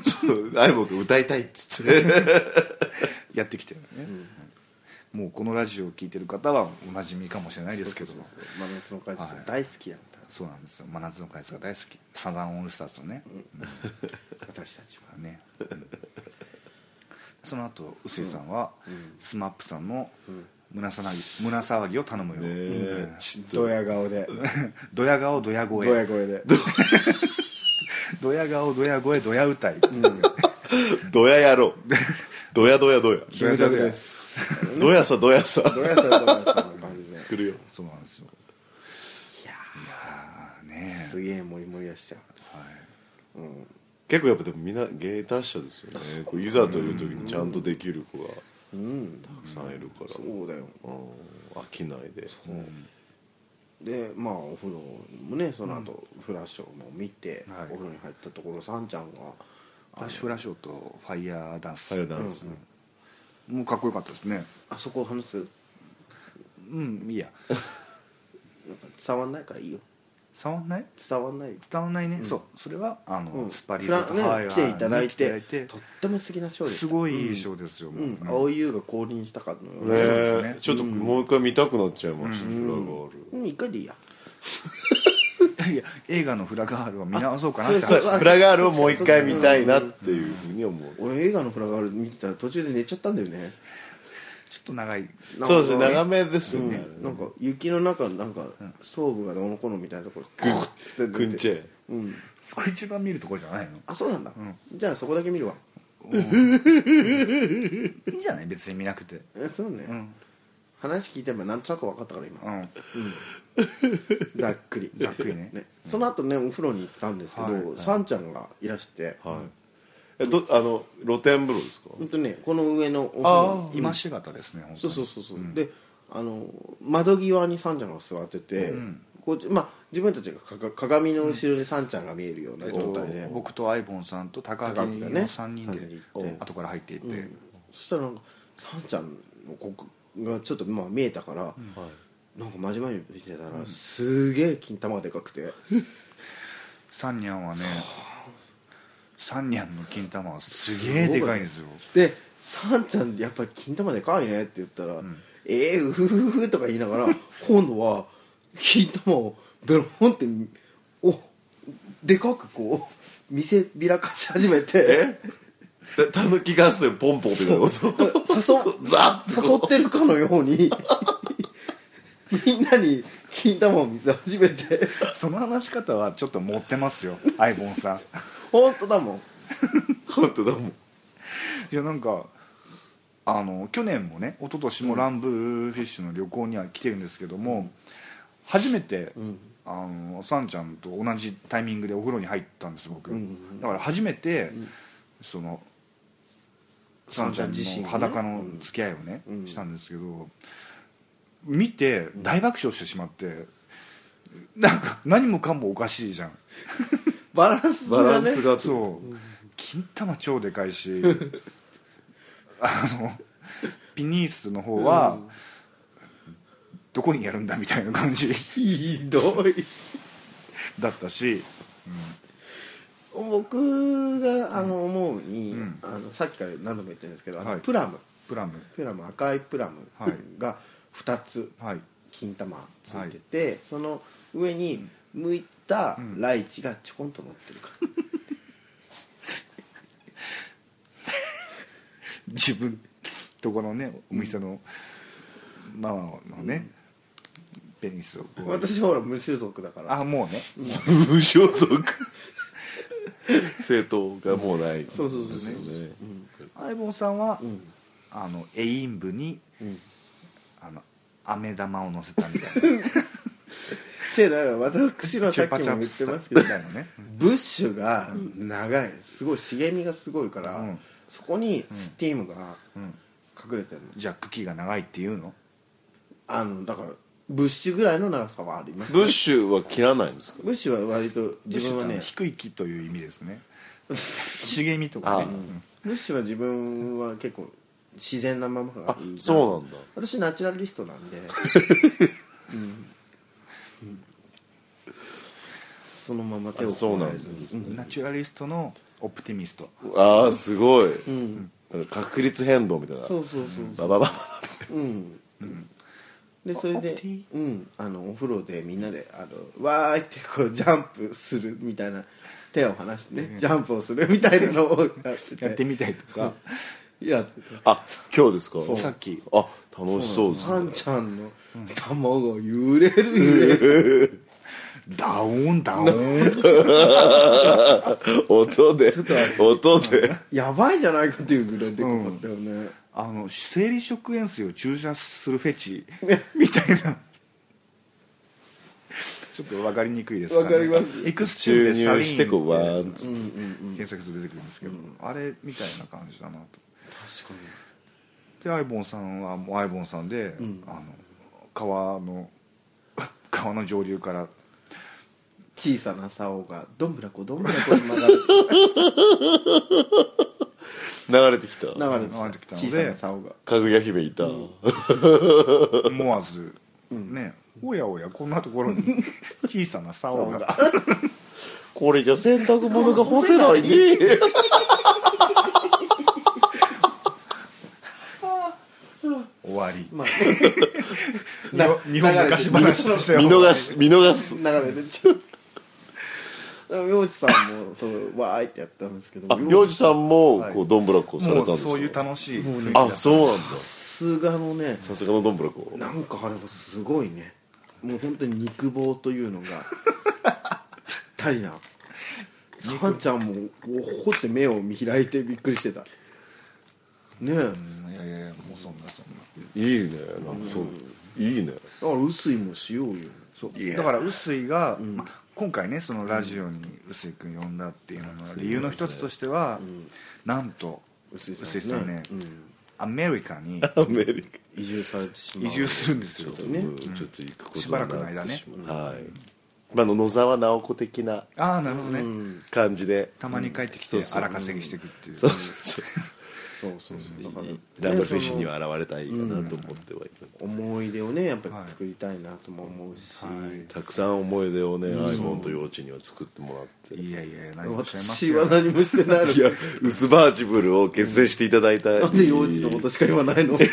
[SPEAKER 3] そう相棒君歌いたいっつって
[SPEAKER 2] やってきてるね、もうこのラジオを聞いてる方はおなじみかもしれないですけど
[SPEAKER 1] そうそうそう真夏の果
[SPEAKER 2] はい
[SPEAKER 1] 実大好きやった
[SPEAKER 2] そうなんですよ真夏の会が大好きサザンオールスターズのね,、
[SPEAKER 1] 私たちは
[SPEAKER 2] ねうんその後臼井さんは、
[SPEAKER 1] ん
[SPEAKER 2] スマップさんの胸騒ぎ胸騒ぎを頼むよ、
[SPEAKER 3] ねえ
[SPEAKER 2] うん
[SPEAKER 3] ちょ
[SPEAKER 1] ド
[SPEAKER 3] っと
[SPEAKER 1] ヤ顔で
[SPEAKER 2] ドヤ顔ドヤ
[SPEAKER 1] ド
[SPEAKER 2] 声
[SPEAKER 1] ヤ声で
[SPEAKER 2] ドヤ顔ドヤ声ドヤ歌い、
[SPEAKER 3] ドヤ野郎ドヤドヤドヤ
[SPEAKER 1] キムタクです
[SPEAKER 3] ドヤさドヤさ
[SPEAKER 1] ドヤさんドヤさんの感じで
[SPEAKER 3] 来るよ
[SPEAKER 2] そうなんですよ
[SPEAKER 1] いや
[SPEAKER 2] あーね
[SPEAKER 1] ーすげえモリモリやしちゃううん
[SPEAKER 3] 結構やっぱでもみんな芸達者ですよねこういざという時にちゃんとできる子が
[SPEAKER 1] うん
[SPEAKER 3] たくさんいるから、
[SPEAKER 1] そうだよ
[SPEAKER 3] うん飽きないで
[SPEAKER 1] でまあお風呂もねその後フラッシュも見て
[SPEAKER 2] は
[SPEAKER 1] お
[SPEAKER 2] い
[SPEAKER 1] 風呂に入ったところさんちゃんが
[SPEAKER 2] フラッシュフラッシュとファイヤーダンス
[SPEAKER 3] さよならですね
[SPEAKER 2] もうかっこよかったですね
[SPEAKER 1] あそこを話す
[SPEAKER 2] うんいいや
[SPEAKER 1] なんか伝わんないからいいよ
[SPEAKER 2] 触んない
[SPEAKER 1] 伝わんないよ
[SPEAKER 2] 伝わんないね、そうそれはあの、
[SPEAKER 1] うん
[SPEAKER 2] スパリ
[SPEAKER 1] フ
[SPEAKER 2] ゾ
[SPEAKER 1] ラ
[SPEAKER 2] ート
[SPEAKER 1] ンね
[SPEAKER 2] ハイ
[SPEAKER 1] 来ていただい
[SPEAKER 2] 来てい
[SPEAKER 1] てとっても素敵なショーでした
[SPEAKER 2] すごいいい
[SPEAKER 1] ショ
[SPEAKER 2] ショーですよ、
[SPEAKER 1] ー
[SPEAKER 2] もう
[SPEAKER 1] うん青い優が降臨したかのよう
[SPEAKER 3] ね
[SPEAKER 1] な
[SPEAKER 2] そうです
[SPEAKER 3] え
[SPEAKER 2] ね
[SPEAKER 3] ちょっともう一回見たくなっちゃいました、フラガール
[SPEAKER 1] うん一回でいいや
[SPEAKER 2] いや映画の「フラガール」は見直そうかなって
[SPEAKER 1] そう
[SPEAKER 2] 話
[SPEAKER 1] そう
[SPEAKER 3] フラガールをもう一回見たいなっていうふうに思う
[SPEAKER 1] 俺映画のフラガール見てたら途中で寝ちゃったんだよね
[SPEAKER 2] ちょっと長い
[SPEAKER 1] なんか
[SPEAKER 3] そうですね長めですよね、
[SPEAKER 1] うんなんか雪の中なんかストーブがどうのこうのみたいなところグッつって
[SPEAKER 3] くんちゃ
[SPEAKER 1] えうん
[SPEAKER 2] そこ一番見るとこじゃないの
[SPEAKER 1] あそうなんだ、じゃあそこだけ見るわ
[SPEAKER 2] いいんじゃない別に見なくて
[SPEAKER 1] えそうね、
[SPEAKER 2] うん
[SPEAKER 1] 話聞いてればなんとなく分かったから今
[SPEAKER 2] うん
[SPEAKER 1] ざっくり
[SPEAKER 2] ざっくりね
[SPEAKER 1] その後ねお風呂に行ったんですけど、
[SPEAKER 2] はい
[SPEAKER 1] さんちゃんがいらして、
[SPEAKER 3] はいえどあの露天風呂ですか
[SPEAKER 1] ほんとねこの上のお風
[SPEAKER 3] あ
[SPEAKER 1] 呂
[SPEAKER 3] ー
[SPEAKER 2] 今しがたですね
[SPEAKER 1] そうそうそうそう、であの窓際にさんちゃんが座ってて、
[SPEAKER 2] ん
[SPEAKER 1] こうまあ自分たちがかか鏡の後ろでさんちゃんが見えるような
[SPEAKER 2] えっ
[SPEAKER 1] 状
[SPEAKER 2] と
[SPEAKER 1] 態で、
[SPEAKER 2] 僕とアイボンさんと高木
[SPEAKER 1] 高木がね
[SPEAKER 2] の三人
[SPEAKER 1] 三人
[SPEAKER 2] で
[SPEAKER 1] 行って
[SPEAKER 2] 後から入っていって
[SPEAKER 1] そしたらなんかさんちゃんのここがちょっとまあ見えたから、
[SPEAKER 3] はい
[SPEAKER 1] なんか真面目に見てたら、すげえ金玉がでかくて
[SPEAKER 2] サンニャンはねサンニャンの金玉はすげえでかいん ですよ
[SPEAKER 1] で「さんちゃんやっぱり金玉でかいね」って言ったら「ええー、うふふふ」とか言いなが ら今度は金玉をベロンっておでかくこう見せびらかし始めて
[SPEAKER 3] たたぬき合戦ポンポンみたいなこと
[SPEAKER 1] 誘
[SPEAKER 3] ザッ
[SPEAKER 1] 誘ってるかのように みんなに金玉を見せ始めて
[SPEAKER 2] その話し方はちょっと持ってます よアイボンさん
[SPEAKER 1] 本当だもん
[SPEAKER 3] 本当だもん
[SPEAKER 2] いやなんかあの去年もね一昨年もランブーフィッシュの旅行には来てるんですけども、初めて、あのさんちゃんと同じタイミングでお風呂に入ったんです僕、
[SPEAKER 1] うんうんうん
[SPEAKER 2] だから初めて、そのさんちゃ
[SPEAKER 1] さん
[SPEAKER 2] ん
[SPEAKER 1] ちゃん自身
[SPEAKER 2] の
[SPEAKER 1] がね
[SPEAKER 2] 裸の付き合いをね、
[SPEAKER 1] うん
[SPEAKER 2] したんですけど見て大爆笑してしまってなんか何もかもおかしいじゃん
[SPEAKER 1] バランスが
[SPEAKER 3] バ
[SPEAKER 1] ね
[SPEAKER 3] ランスがと
[SPEAKER 2] そう、金玉超でか いしあのピニースの方は、どこにやるんだみたいな感じ
[SPEAKER 1] ひどい
[SPEAKER 2] だったし
[SPEAKER 1] 僕があの思うに、
[SPEAKER 2] うん
[SPEAKER 1] あのさっきから何度も言ってるんですけど、あの
[SPEAKER 2] はい
[SPEAKER 1] プラム
[SPEAKER 2] プラム
[SPEAKER 1] プラム赤いプラム
[SPEAKER 2] はい
[SPEAKER 1] が2つ
[SPEAKER 2] はい
[SPEAKER 1] 金玉ついてて、その上に剥いたライチがちょこんと乗ってる感じ、
[SPEAKER 2] 自分とこのねお店のママのね、ペニスをこう
[SPEAKER 1] 私ほら無種族だから
[SPEAKER 2] あもうね
[SPEAKER 3] 無所属政党がもうない
[SPEAKER 1] そうそうそう
[SPEAKER 3] ですよね
[SPEAKER 2] 相棒さんは、
[SPEAKER 1] うん
[SPEAKER 2] あのエイン部に
[SPEAKER 1] うん
[SPEAKER 2] あの飴玉を乗せたみたいな
[SPEAKER 1] 違うだから私の さっきも言ってますけど
[SPEAKER 2] チュッパチャプスみたいなね
[SPEAKER 1] ブッシュが長いすごい茂みがすごいから、
[SPEAKER 2] うん
[SPEAKER 1] そこにスティームが
[SPEAKER 2] うん
[SPEAKER 1] 隠れてるの、
[SPEAKER 2] じゃあ茎が長いっていうの
[SPEAKER 1] あのだからブッシュぐらいの長さはあります
[SPEAKER 3] ブッシュは切らないんですか
[SPEAKER 1] ブッシュは割と自分はね
[SPEAKER 2] 低い木という意味ですね茂みとかね
[SPEAKER 3] あ
[SPEAKER 1] ブッシュは自分は結構自然なままが
[SPEAKER 3] あ
[SPEAKER 1] いい
[SPEAKER 3] そうなんだ
[SPEAKER 1] 私ナチュラリスト なんで、うんそのまま手を
[SPEAKER 3] あそうなん
[SPEAKER 1] 加
[SPEAKER 3] で
[SPEAKER 1] え
[SPEAKER 3] す
[SPEAKER 1] ず
[SPEAKER 3] ね
[SPEAKER 1] に
[SPEAKER 2] うんナチュラリストのオプティミスト
[SPEAKER 3] ああすごい
[SPEAKER 1] うん
[SPEAKER 3] なんか確率変動みたいな
[SPEAKER 1] そうそうそう
[SPEAKER 3] バババ
[SPEAKER 1] うん、でそれ
[SPEAKER 2] オ
[SPEAKER 1] で
[SPEAKER 2] プティ、
[SPEAKER 1] うん、あのお風呂でみんなで「あのわーい!」ってこうジャンプするみたいな手を離してね、ジャンプをするみたいなのをやってて
[SPEAKER 2] やってみたいと か
[SPEAKER 1] やってた
[SPEAKER 3] あ今日ですか
[SPEAKER 2] さっき
[SPEAKER 3] あ楽しそうです
[SPEAKER 1] さ
[SPEAKER 3] ね
[SPEAKER 1] んちゃんの卵揺れる揺れる
[SPEAKER 2] ダウンダウン
[SPEAKER 3] 音で音で
[SPEAKER 1] やばいんじゃないかっていうぐらいでかかったよね、
[SPEAKER 2] あの生理食塩水を注射するフェチみたい なちょっと分かりにくいです
[SPEAKER 1] わかります
[SPEAKER 2] エクスチュー
[SPEAKER 3] 注
[SPEAKER 2] ブでサリ
[SPEAKER 3] 入
[SPEAKER 2] ン
[SPEAKER 3] してこうわーん
[SPEAKER 2] って
[SPEAKER 3] つって
[SPEAKER 1] うんうんうん
[SPEAKER 2] 検索すると出てくるんですけど、あれみたいな感じだなと
[SPEAKER 1] 確か
[SPEAKER 2] でアイボンさんはもうアイボンさんで、
[SPEAKER 1] ん
[SPEAKER 2] あの川の 川の上流 から
[SPEAKER 1] に小さな竿がどんぶらこどんぶらこに曲が る
[SPEAKER 3] 流れてきた
[SPEAKER 1] 流れ
[SPEAKER 2] 流れ
[SPEAKER 1] て
[SPEAKER 2] て
[SPEAKER 1] きた
[SPEAKER 2] きたの
[SPEAKER 1] 小
[SPEAKER 2] で
[SPEAKER 1] さな竿が
[SPEAKER 3] かぐや姫いた
[SPEAKER 2] 思わず、ねおやおやこんなとこ ろに小さな竿が
[SPEAKER 3] これじゃ洗濯物が干せないね
[SPEAKER 2] 終わり
[SPEAKER 1] まあ
[SPEAKER 2] 日本
[SPEAKER 1] 流れて
[SPEAKER 2] 昔話としては
[SPEAKER 3] 見逃し見逃す
[SPEAKER 1] 流れてちょっ洋治さんもそうわーいってやったんですけど
[SPEAKER 3] あ洋治さんも
[SPEAKER 2] はい
[SPEAKER 3] こうどんぶらこされたん
[SPEAKER 2] もう
[SPEAKER 3] ですか
[SPEAKER 2] そういう楽しい雰囲気だ
[SPEAKER 3] あそうなん
[SPEAKER 1] さ
[SPEAKER 3] だ
[SPEAKER 1] すがのね
[SPEAKER 3] さすがのどんぶらこ
[SPEAKER 1] なんかあれはすごいねもう本当に肉棒というのがぴったりなサンちゃんもおほって目を見開いてびっくりしてたねえだか
[SPEAKER 2] うんいやいやいやもうそんなそんない
[SPEAKER 3] いねなんかそういいね
[SPEAKER 1] ら臼井もしようよ
[SPEAKER 2] そうだから臼井が、まあ今回ねそのラジオに臼井君呼んだっていうのの理由の一つとしては、なんと
[SPEAKER 1] 臼井
[SPEAKER 2] 臼井さんね
[SPEAKER 1] うん
[SPEAKER 2] アメリカに
[SPEAKER 3] アメリカ
[SPEAKER 1] 移住されてしまう
[SPEAKER 2] 移住するんですよ
[SPEAKER 1] ね
[SPEAKER 3] うんちょっと行くこと
[SPEAKER 2] しばらくの間ね
[SPEAKER 3] になってしまうはいまああの野沢直子的な
[SPEAKER 2] ああなるほどね、
[SPEAKER 3] 感じで
[SPEAKER 2] たまに帰ってき
[SPEAKER 3] そ
[SPEAKER 2] て
[SPEAKER 3] うそう
[SPEAKER 2] 荒稼ぎしていくっていう
[SPEAKER 3] そうそう
[SPEAKER 1] そうそうそうだか
[SPEAKER 3] そ
[SPEAKER 1] ら、
[SPEAKER 3] う
[SPEAKER 1] ね、
[SPEAKER 3] WBC には現れたいかなと思ってはいる
[SPEAKER 1] その思い出をねやっぱり
[SPEAKER 2] はい
[SPEAKER 1] 作りたいなとも思うし、
[SPEAKER 2] はい
[SPEAKER 3] たくさん思い出をねアイモンと幼稚には作ってもらって
[SPEAKER 2] いやいやいや何もおっしゃいます
[SPEAKER 1] 私
[SPEAKER 2] よ
[SPEAKER 1] は何もしてないの
[SPEAKER 3] いやウスバージブルを結成していただいた
[SPEAKER 1] なんで幼稚のことしか言わないの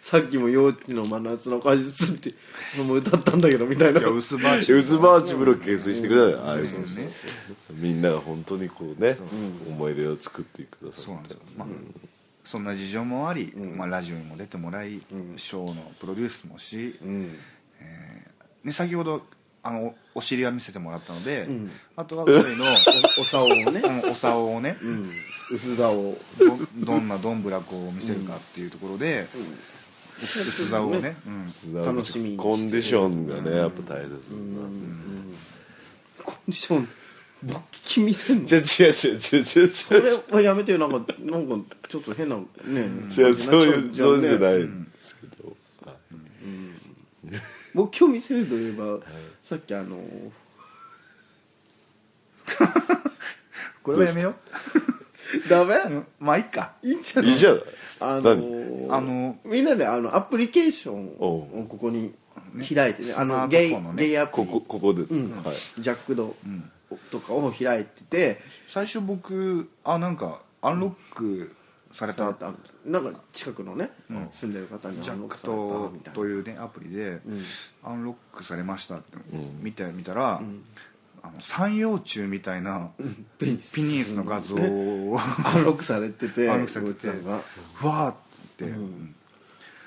[SPEAKER 1] さっきも幼稚の真夏の果実ってもう歌ったんだけどみたいない
[SPEAKER 2] や薄バージョン
[SPEAKER 3] ウスバージブルを結成してくれたアイモン
[SPEAKER 2] そうですね
[SPEAKER 3] みんなが本当にこうね思い出を作ってくださ
[SPEAKER 2] そうなんです
[SPEAKER 3] っ
[SPEAKER 2] よ、まあそんな事情もあり、まあ、ラジオにも出てもらい、ショーのプロデュースもし、
[SPEAKER 1] うん
[SPEAKER 2] ね、先ほどあのおお尻は見せてもらったので、
[SPEAKER 1] ん
[SPEAKER 2] あとは上 の
[SPEAKER 1] おお竿をね
[SPEAKER 2] このお竿をね、
[SPEAKER 1] うん薄竿を
[SPEAKER 2] どどんなどんぶらこを見せるかっていうところで、薄竿をね、うん
[SPEAKER 3] て
[SPEAKER 1] 楽しみにして
[SPEAKER 3] コンディションがねやっぱ大切だな
[SPEAKER 1] コンディション勃起見せんの
[SPEAKER 3] じゃ違う違う違う
[SPEAKER 1] こ
[SPEAKER 3] 違う違う
[SPEAKER 1] れはやめてよなんかなんかちょっと変なね
[SPEAKER 3] 違うそういうそういうんじゃないいんですけどはい
[SPEAKER 1] 勃起を見せるといえば、さっきあの
[SPEAKER 2] これはやめよ
[SPEAKER 1] ダメ
[SPEAKER 2] う、うんまあいいか
[SPEAKER 1] いいんじゃない
[SPEAKER 3] いいじゃない
[SPEAKER 1] あの
[SPEAKER 3] 何
[SPEAKER 2] あの
[SPEAKER 1] みんなであのアプリケーションをここに開いてね
[SPEAKER 2] ね
[SPEAKER 1] あの
[SPEAKER 2] スマー
[SPEAKER 1] ゲ
[SPEAKER 2] ト
[SPEAKER 1] イ
[SPEAKER 2] フォンのね
[SPEAKER 1] ゲイアプ
[SPEAKER 3] こ
[SPEAKER 1] リ
[SPEAKER 3] こここでですかはい
[SPEAKER 1] ジャックドとかを開いてて、
[SPEAKER 2] 最初僕あなんかアンロックされた、
[SPEAKER 1] なんかなんか近くのね、
[SPEAKER 2] うん
[SPEAKER 1] 住んでる方に
[SPEAKER 2] ジャック
[SPEAKER 1] された
[SPEAKER 2] と
[SPEAKER 1] みたいな
[SPEAKER 2] というねアプリで、
[SPEAKER 1] ん
[SPEAKER 2] アンロックされましたって
[SPEAKER 3] ん
[SPEAKER 2] 見てみたら、あの三葉虫みたいな
[SPEAKER 1] ペニス
[SPEAKER 2] ピニースの画像を、
[SPEAKER 1] アンロックされてて
[SPEAKER 2] アンロックされてて
[SPEAKER 1] 幼稚園が
[SPEAKER 2] ふわーっ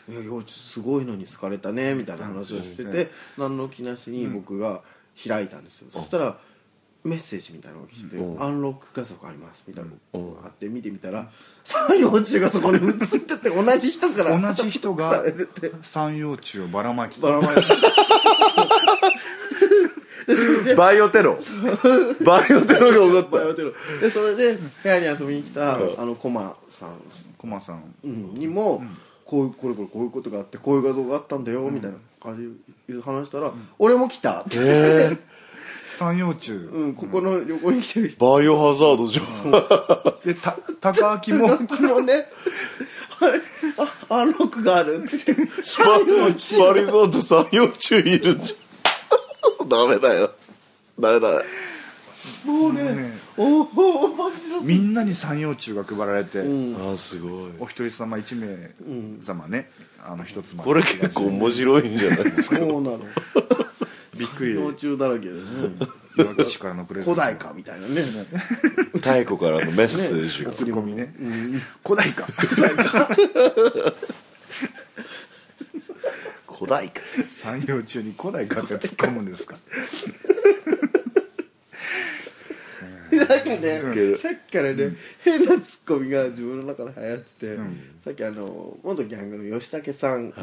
[SPEAKER 2] て、
[SPEAKER 1] いや幼稚すごいのに好かれたねみたいな話をしてて何の気なしに僕が開いたんですよ、そしたらメッセージみたいなのが来てて「
[SPEAKER 3] うん
[SPEAKER 1] アンロック画像があります」みたいなの
[SPEAKER 3] う
[SPEAKER 1] があって見てみたら三葉虫がそこに映ってて同じ人から
[SPEAKER 2] 同じ人
[SPEAKER 1] さ
[SPEAKER 2] が
[SPEAKER 1] れてて
[SPEAKER 2] 三葉虫をばらまいて
[SPEAKER 1] ば
[SPEAKER 2] た
[SPEAKER 1] らまいてでそれで
[SPEAKER 3] バイオテロバイオテロが起こ
[SPEAKER 1] バイ
[SPEAKER 3] っ
[SPEAKER 1] オテロでそれで部屋に遊びに来たあのコマさん
[SPEAKER 2] コマさん
[SPEAKER 1] うんにも、こういうこれこれこういうことがあってこういう画像があったんだよみたいな感じで話したら「俺も来た」って、
[SPEAKER 2] 三葉虫、
[SPEAKER 1] うん、ここの旅行に来てる人
[SPEAKER 3] たバイオハザードじゃん
[SPEAKER 2] でた高明も
[SPEAKER 1] 楽器もね「あれあアンロックがある」って言って
[SPEAKER 3] スパスパリゾート三葉虫いるじゃんダメだよダメだよ
[SPEAKER 1] もうね、
[SPEAKER 2] ね
[SPEAKER 1] おお面白い
[SPEAKER 2] みんなに三葉虫が配られて、
[SPEAKER 3] あーすごい
[SPEAKER 2] お一人様一名様ね、あの一つまで
[SPEAKER 3] これ結構面白いんじゃないですか
[SPEAKER 1] そうなの
[SPEAKER 2] びっくり
[SPEAKER 1] 幼虫だらけでね
[SPEAKER 2] いわき市からのプレゼン
[SPEAKER 1] 古
[SPEAKER 2] ト
[SPEAKER 1] 代かみたいなね
[SPEAKER 3] 太古からのメッセージが、
[SPEAKER 2] ツッコミね、古代か
[SPEAKER 3] 古代か
[SPEAKER 2] 三葉中に古代かって突っ込むんですか
[SPEAKER 1] なんかね
[SPEAKER 3] うん
[SPEAKER 1] さっきからね、変なツッコミが自分の中で流行ってて、さっきあの元ギャングの吉武さん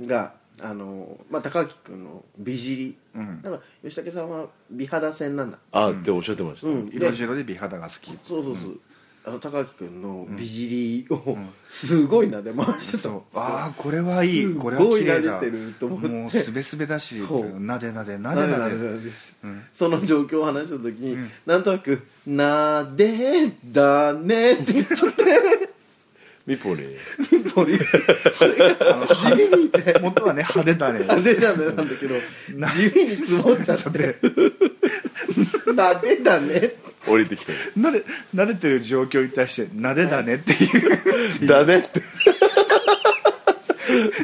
[SPEAKER 1] が、あのまあ、高木君の美尻、
[SPEAKER 2] うん
[SPEAKER 1] なんか吉武さんは美肌線なんだ
[SPEAKER 3] あっておっしゃってました、
[SPEAKER 1] うん
[SPEAKER 2] 色白で美肌が好き
[SPEAKER 1] そうそうそう、あの高木君の美尻をすごいなで回してた、
[SPEAKER 2] そううああこれはい
[SPEAKER 1] す
[SPEAKER 2] い
[SPEAKER 1] ごい
[SPEAKER 2] これは綺麗
[SPEAKER 1] 撫
[SPEAKER 2] だ
[SPEAKER 1] でてると思って
[SPEAKER 2] もうすべすべだし
[SPEAKER 1] そう
[SPEAKER 2] なでなでな
[SPEAKER 1] な
[SPEAKER 2] で
[SPEAKER 1] でな
[SPEAKER 2] な
[SPEAKER 1] でな
[SPEAKER 2] で
[SPEAKER 1] でです、その状況を話した時に、なんとなく「なでだね」って言っちゃって
[SPEAKER 3] ミポリン
[SPEAKER 1] ピン ポリそれが地味にいて
[SPEAKER 2] 元はね派手だね
[SPEAKER 1] なでだねなんだけど地味に積もっちゃってなでだね
[SPEAKER 3] 降りてきた
[SPEAKER 2] なでなでてる状況に対してなでだねっていう
[SPEAKER 3] だねって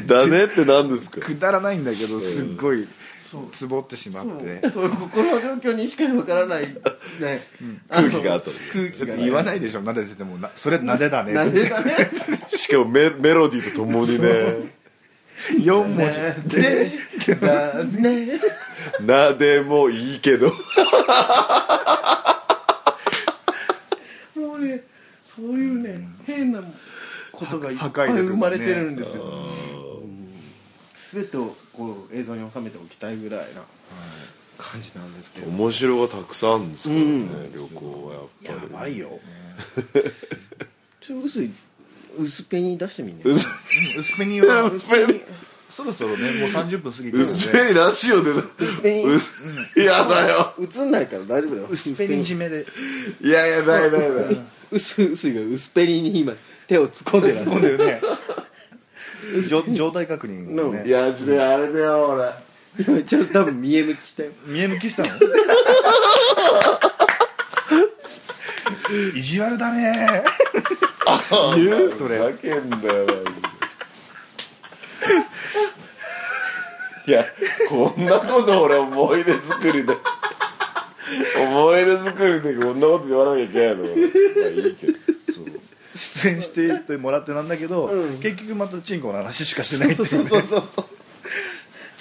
[SPEAKER 3] だねって何ですか
[SPEAKER 2] くだらないんだけどすっごい
[SPEAKER 1] そう
[SPEAKER 2] つぼってしまって
[SPEAKER 1] そうそうここの状況にしかわからない、ねあの
[SPEAKER 3] 空気が後で
[SPEAKER 1] 空気がね
[SPEAKER 2] 言わないでしょ撫でててもなそれ撫でだね
[SPEAKER 1] なんでだね
[SPEAKER 3] しかもメメロディーとともにね
[SPEAKER 2] 4文字
[SPEAKER 1] なんでだね
[SPEAKER 3] なでもいいけど
[SPEAKER 1] もうねそういうね変なことがいっ
[SPEAKER 2] 破
[SPEAKER 1] ぱ
[SPEAKER 2] 壊
[SPEAKER 1] い
[SPEAKER 2] 力がね
[SPEAKER 1] 生まれてるんですよ、全てをこう映像に収めておきたいぐらいな感じなんですけど
[SPEAKER 3] 面白がたくさんあるんですからね、
[SPEAKER 1] うん
[SPEAKER 3] 旅行はや
[SPEAKER 1] や
[SPEAKER 3] っぱり
[SPEAKER 1] ばいよちょっと薄い薄ペに出してみんね
[SPEAKER 3] うず
[SPEAKER 2] 薄めには
[SPEAKER 3] うずめに
[SPEAKER 2] そろそろねもう30分過ぎて
[SPEAKER 3] う
[SPEAKER 2] るん
[SPEAKER 3] ず
[SPEAKER 2] で
[SPEAKER 3] めにらしいよね
[SPEAKER 1] 薄ペに
[SPEAKER 3] うずやだよ
[SPEAKER 1] 映んないから大丈夫だよ
[SPEAKER 2] 薄めに締めで
[SPEAKER 3] いやいやないないない
[SPEAKER 1] 薄薄いが薄ペニに今手を突っ込んでらっしゃ
[SPEAKER 2] そ
[SPEAKER 1] る
[SPEAKER 2] うだよねじょ状態確認を
[SPEAKER 1] うん
[SPEAKER 2] ね
[SPEAKER 3] いやちょっとあれだよ俺
[SPEAKER 1] 今ちょっと多分見え向きしたよ
[SPEAKER 2] 見え向きしたの 意地悪だね言うそれ
[SPEAKER 3] ふざけんなよマジでいやこんなこと俺思い出作りで思い出作りでこんなこと言わなきゃいけないのまあいいけど
[SPEAKER 2] そう出演してもらってなんだけど、
[SPEAKER 1] うん
[SPEAKER 2] 結局またチンコの話しかしてないって
[SPEAKER 1] そ
[SPEAKER 2] いうう
[SPEAKER 1] そうそうそうそう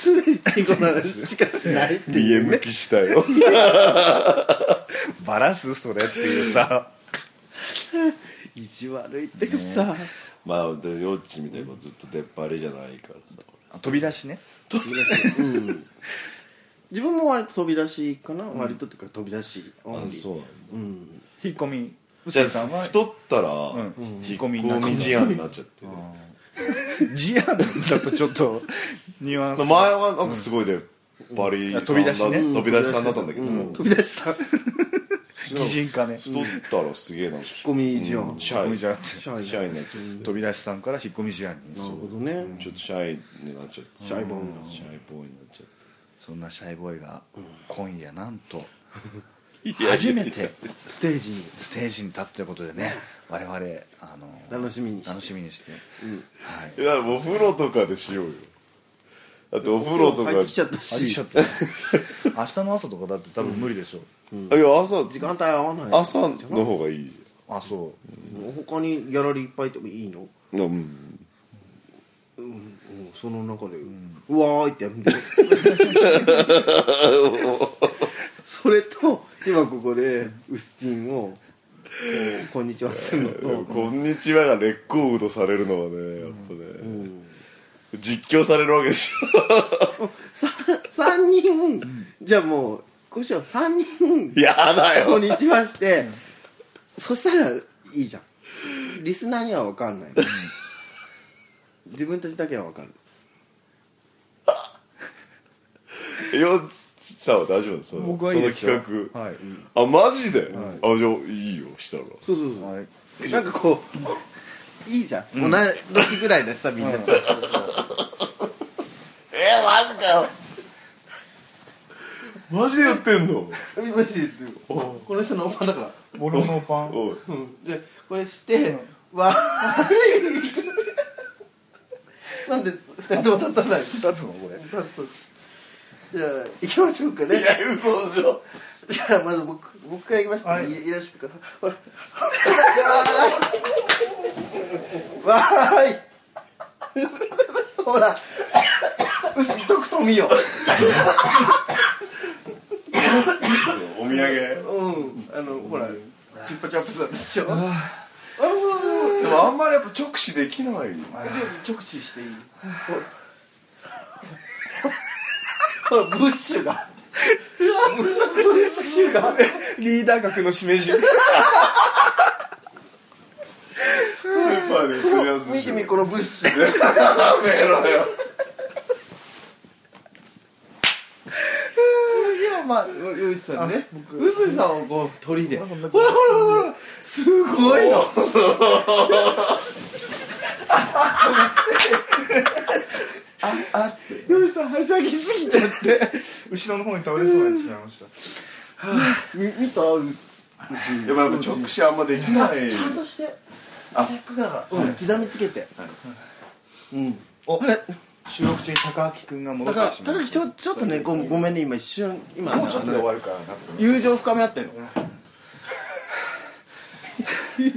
[SPEAKER 1] 常にチンコの話しかしないって
[SPEAKER 3] 見
[SPEAKER 1] い
[SPEAKER 3] え
[SPEAKER 1] う
[SPEAKER 3] 向
[SPEAKER 1] ね
[SPEAKER 3] きしたよ
[SPEAKER 2] バラすそれっていうさ
[SPEAKER 1] 意地悪いってさ
[SPEAKER 3] まあで幼稚みたいなことずっと出っ張りじゃないからさ
[SPEAKER 2] 飛び出しね
[SPEAKER 1] うん自分も割と飛び出しかな割とっていうか飛び出しオン
[SPEAKER 3] 俺
[SPEAKER 1] リ
[SPEAKER 3] あ
[SPEAKER 1] ー
[SPEAKER 3] そうなんだ
[SPEAKER 1] うん
[SPEAKER 2] 引っ込み
[SPEAKER 3] じゃあ
[SPEAKER 2] 臼井さんは
[SPEAKER 3] 太ったら
[SPEAKER 2] ん
[SPEAKER 3] 引っ込み事案になっちゃってね
[SPEAKER 2] ジアンだとちょっとニュアンス
[SPEAKER 3] 前はなんかすごい出っ張りさん
[SPEAKER 2] 飛び
[SPEAKER 3] だ
[SPEAKER 2] 出しね
[SPEAKER 3] 飛び出しさんだったんだけど
[SPEAKER 1] うん
[SPEAKER 3] も
[SPEAKER 1] 飛び出しさ
[SPEAKER 2] 擬人化ね
[SPEAKER 3] 太ったらすげえなんか
[SPEAKER 1] ゴミじゃん
[SPEAKER 3] シ
[SPEAKER 2] 引っ込
[SPEAKER 3] ャ
[SPEAKER 2] み
[SPEAKER 3] イ
[SPEAKER 2] じ
[SPEAKER 3] シ
[SPEAKER 2] ゃなくて
[SPEAKER 1] シャイ
[SPEAKER 3] ャイになっちゃって
[SPEAKER 2] 飛び出しさんから引っ込みジアンに
[SPEAKER 1] なるほどね
[SPEAKER 3] ちょっとシャイになっちゃってシ
[SPEAKER 1] ャイボーイだ
[SPEAKER 3] シャイボーイになっちゃっ
[SPEAKER 2] そんなシャイボーイが今夜なんと
[SPEAKER 3] いや
[SPEAKER 2] 初めて
[SPEAKER 1] ステージに
[SPEAKER 2] ステージに立つということでね我々あの
[SPEAKER 1] 楽しみにして
[SPEAKER 2] 楽しみにしてはい
[SPEAKER 3] ていやもうお風呂とかでしようよだってお風呂とか
[SPEAKER 1] 入ってきちゃった
[SPEAKER 2] あれしち
[SPEAKER 1] し
[SPEAKER 2] ゃったね明日の朝とかだって多分無理でしょ
[SPEAKER 3] いや朝
[SPEAKER 1] 時間帯合わない
[SPEAKER 3] 朝の方がいい
[SPEAKER 2] あそ
[SPEAKER 1] 他にギャラリーいっぱいいてもいいの
[SPEAKER 3] ようん
[SPEAKER 1] うんその中で「うわーい」ってやるん だよそれと今ここでウスチンをこう「こんにちは」するの
[SPEAKER 3] でも「
[SPEAKER 1] と
[SPEAKER 3] こんにちは」がレッコードされるのはねやっぱ
[SPEAKER 1] う
[SPEAKER 3] ね
[SPEAKER 1] ん
[SPEAKER 3] 実況されるわけでしょ
[SPEAKER 1] さ3人じゃあもうこうしよう3人
[SPEAKER 3] やだ
[SPEAKER 1] こ
[SPEAKER 3] よ
[SPEAKER 1] んにちはしてそしたらいいじゃんリスナーには分かんない自分たちだけは分かる
[SPEAKER 3] よっさんは大丈夫その
[SPEAKER 2] う僕はいいです
[SPEAKER 3] そ
[SPEAKER 2] よ
[SPEAKER 3] の企画、
[SPEAKER 2] はい
[SPEAKER 3] あマジで、あじゃあいいよしたら
[SPEAKER 1] そうそうそう、
[SPEAKER 2] はい
[SPEAKER 1] なんかこういいじゃん、同い年ぐらいだしさみんなさ、
[SPEAKER 3] えマジかよマジでやってんの
[SPEAKER 1] うん、マジで言ってこの人のおばだから
[SPEAKER 2] ボロのパン
[SPEAKER 3] おい
[SPEAKER 1] うんでこれして、わーいなんで2人とも立たない立
[SPEAKER 2] 2つのこれ
[SPEAKER 1] つじゃあ行きましょうかね
[SPEAKER 3] いや嘘でしょ
[SPEAKER 1] じゃあまず僕僕から行きました、
[SPEAKER 2] はい
[SPEAKER 1] い、いらっしゃるからほらわーいほらうす一口とみよ
[SPEAKER 3] お土
[SPEAKER 1] う
[SPEAKER 3] 産
[SPEAKER 1] んあのほらチュッパチャップスなんでしょ
[SPEAKER 3] でもあんまりやっぱ直視できないよ
[SPEAKER 1] 直視していいほらほらブッシュがブッシュが
[SPEAKER 2] リーダー格の示し
[SPEAKER 3] スーパーで釣るやつで
[SPEAKER 1] 見
[SPEAKER 3] してょ
[SPEAKER 1] みこのブッシュ
[SPEAKER 3] やめろよ
[SPEAKER 1] 次はまあうつさんねうすいさんをこう鳥でほらほらほらすごいのうすいさんはしゃぎすぎちゃって
[SPEAKER 2] 後ろの方に倒れそうになってしまいました
[SPEAKER 1] み見たうす
[SPEAKER 3] やっぱやっぱ直視あんまできない
[SPEAKER 1] ちゃんとしてせっかくだからうん刻みつけてうんあれ
[SPEAKER 2] 収録中に高木君が戻
[SPEAKER 1] だ
[SPEAKER 2] って
[SPEAKER 1] から
[SPEAKER 2] しまう
[SPEAKER 1] 高木ちょちょっとねごごめんね今一瞬今
[SPEAKER 2] もうちょっとで終わるからな
[SPEAKER 1] あの友情深め合ってんの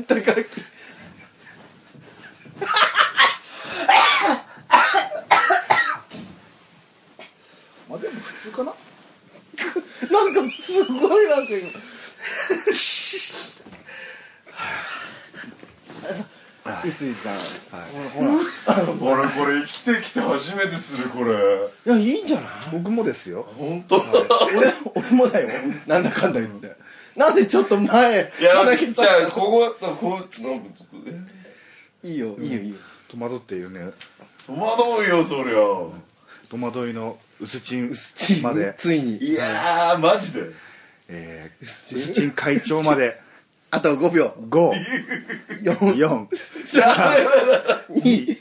[SPEAKER 1] 高木
[SPEAKER 2] まあでも普通かな
[SPEAKER 1] なんかすごいなんか今薄井さん、ほらほ
[SPEAKER 3] 俺これ生きてきて初めてするこれ
[SPEAKER 1] らいやいいんじゃない
[SPEAKER 2] 僕もですよ
[SPEAKER 3] 本当だ
[SPEAKER 1] 俺俺もだよなんだかんだ言ってなんでちょっと前
[SPEAKER 3] いや
[SPEAKER 1] 鼻
[SPEAKER 3] じ
[SPEAKER 1] 毛
[SPEAKER 3] ゃ
[SPEAKER 1] 刺した
[SPEAKER 3] あここだったらこうつなんか
[SPEAKER 1] いいよいいよいいよ
[SPEAKER 2] 戸惑っているね
[SPEAKER 3] 戸惑うよそりゃ
[SPEAKER 2] 戸惑いの薄チン
[SPEAKER 1] 薄チ
[SPEAKER 2] ま
[SPEAKER 1] ー
[SPEAKER 2] で
[SPEAKER 1] ム、ついに
[SPEAKER 3] いやーマジで
[SPEAKER 2] えー、薄
[SPEAKER 1] チン
[SPEAKER 2] チン会長 まで
[SPEAKER 1] あと5秒4
[SPEAKER 2] 543
[SPEAKER 1] 2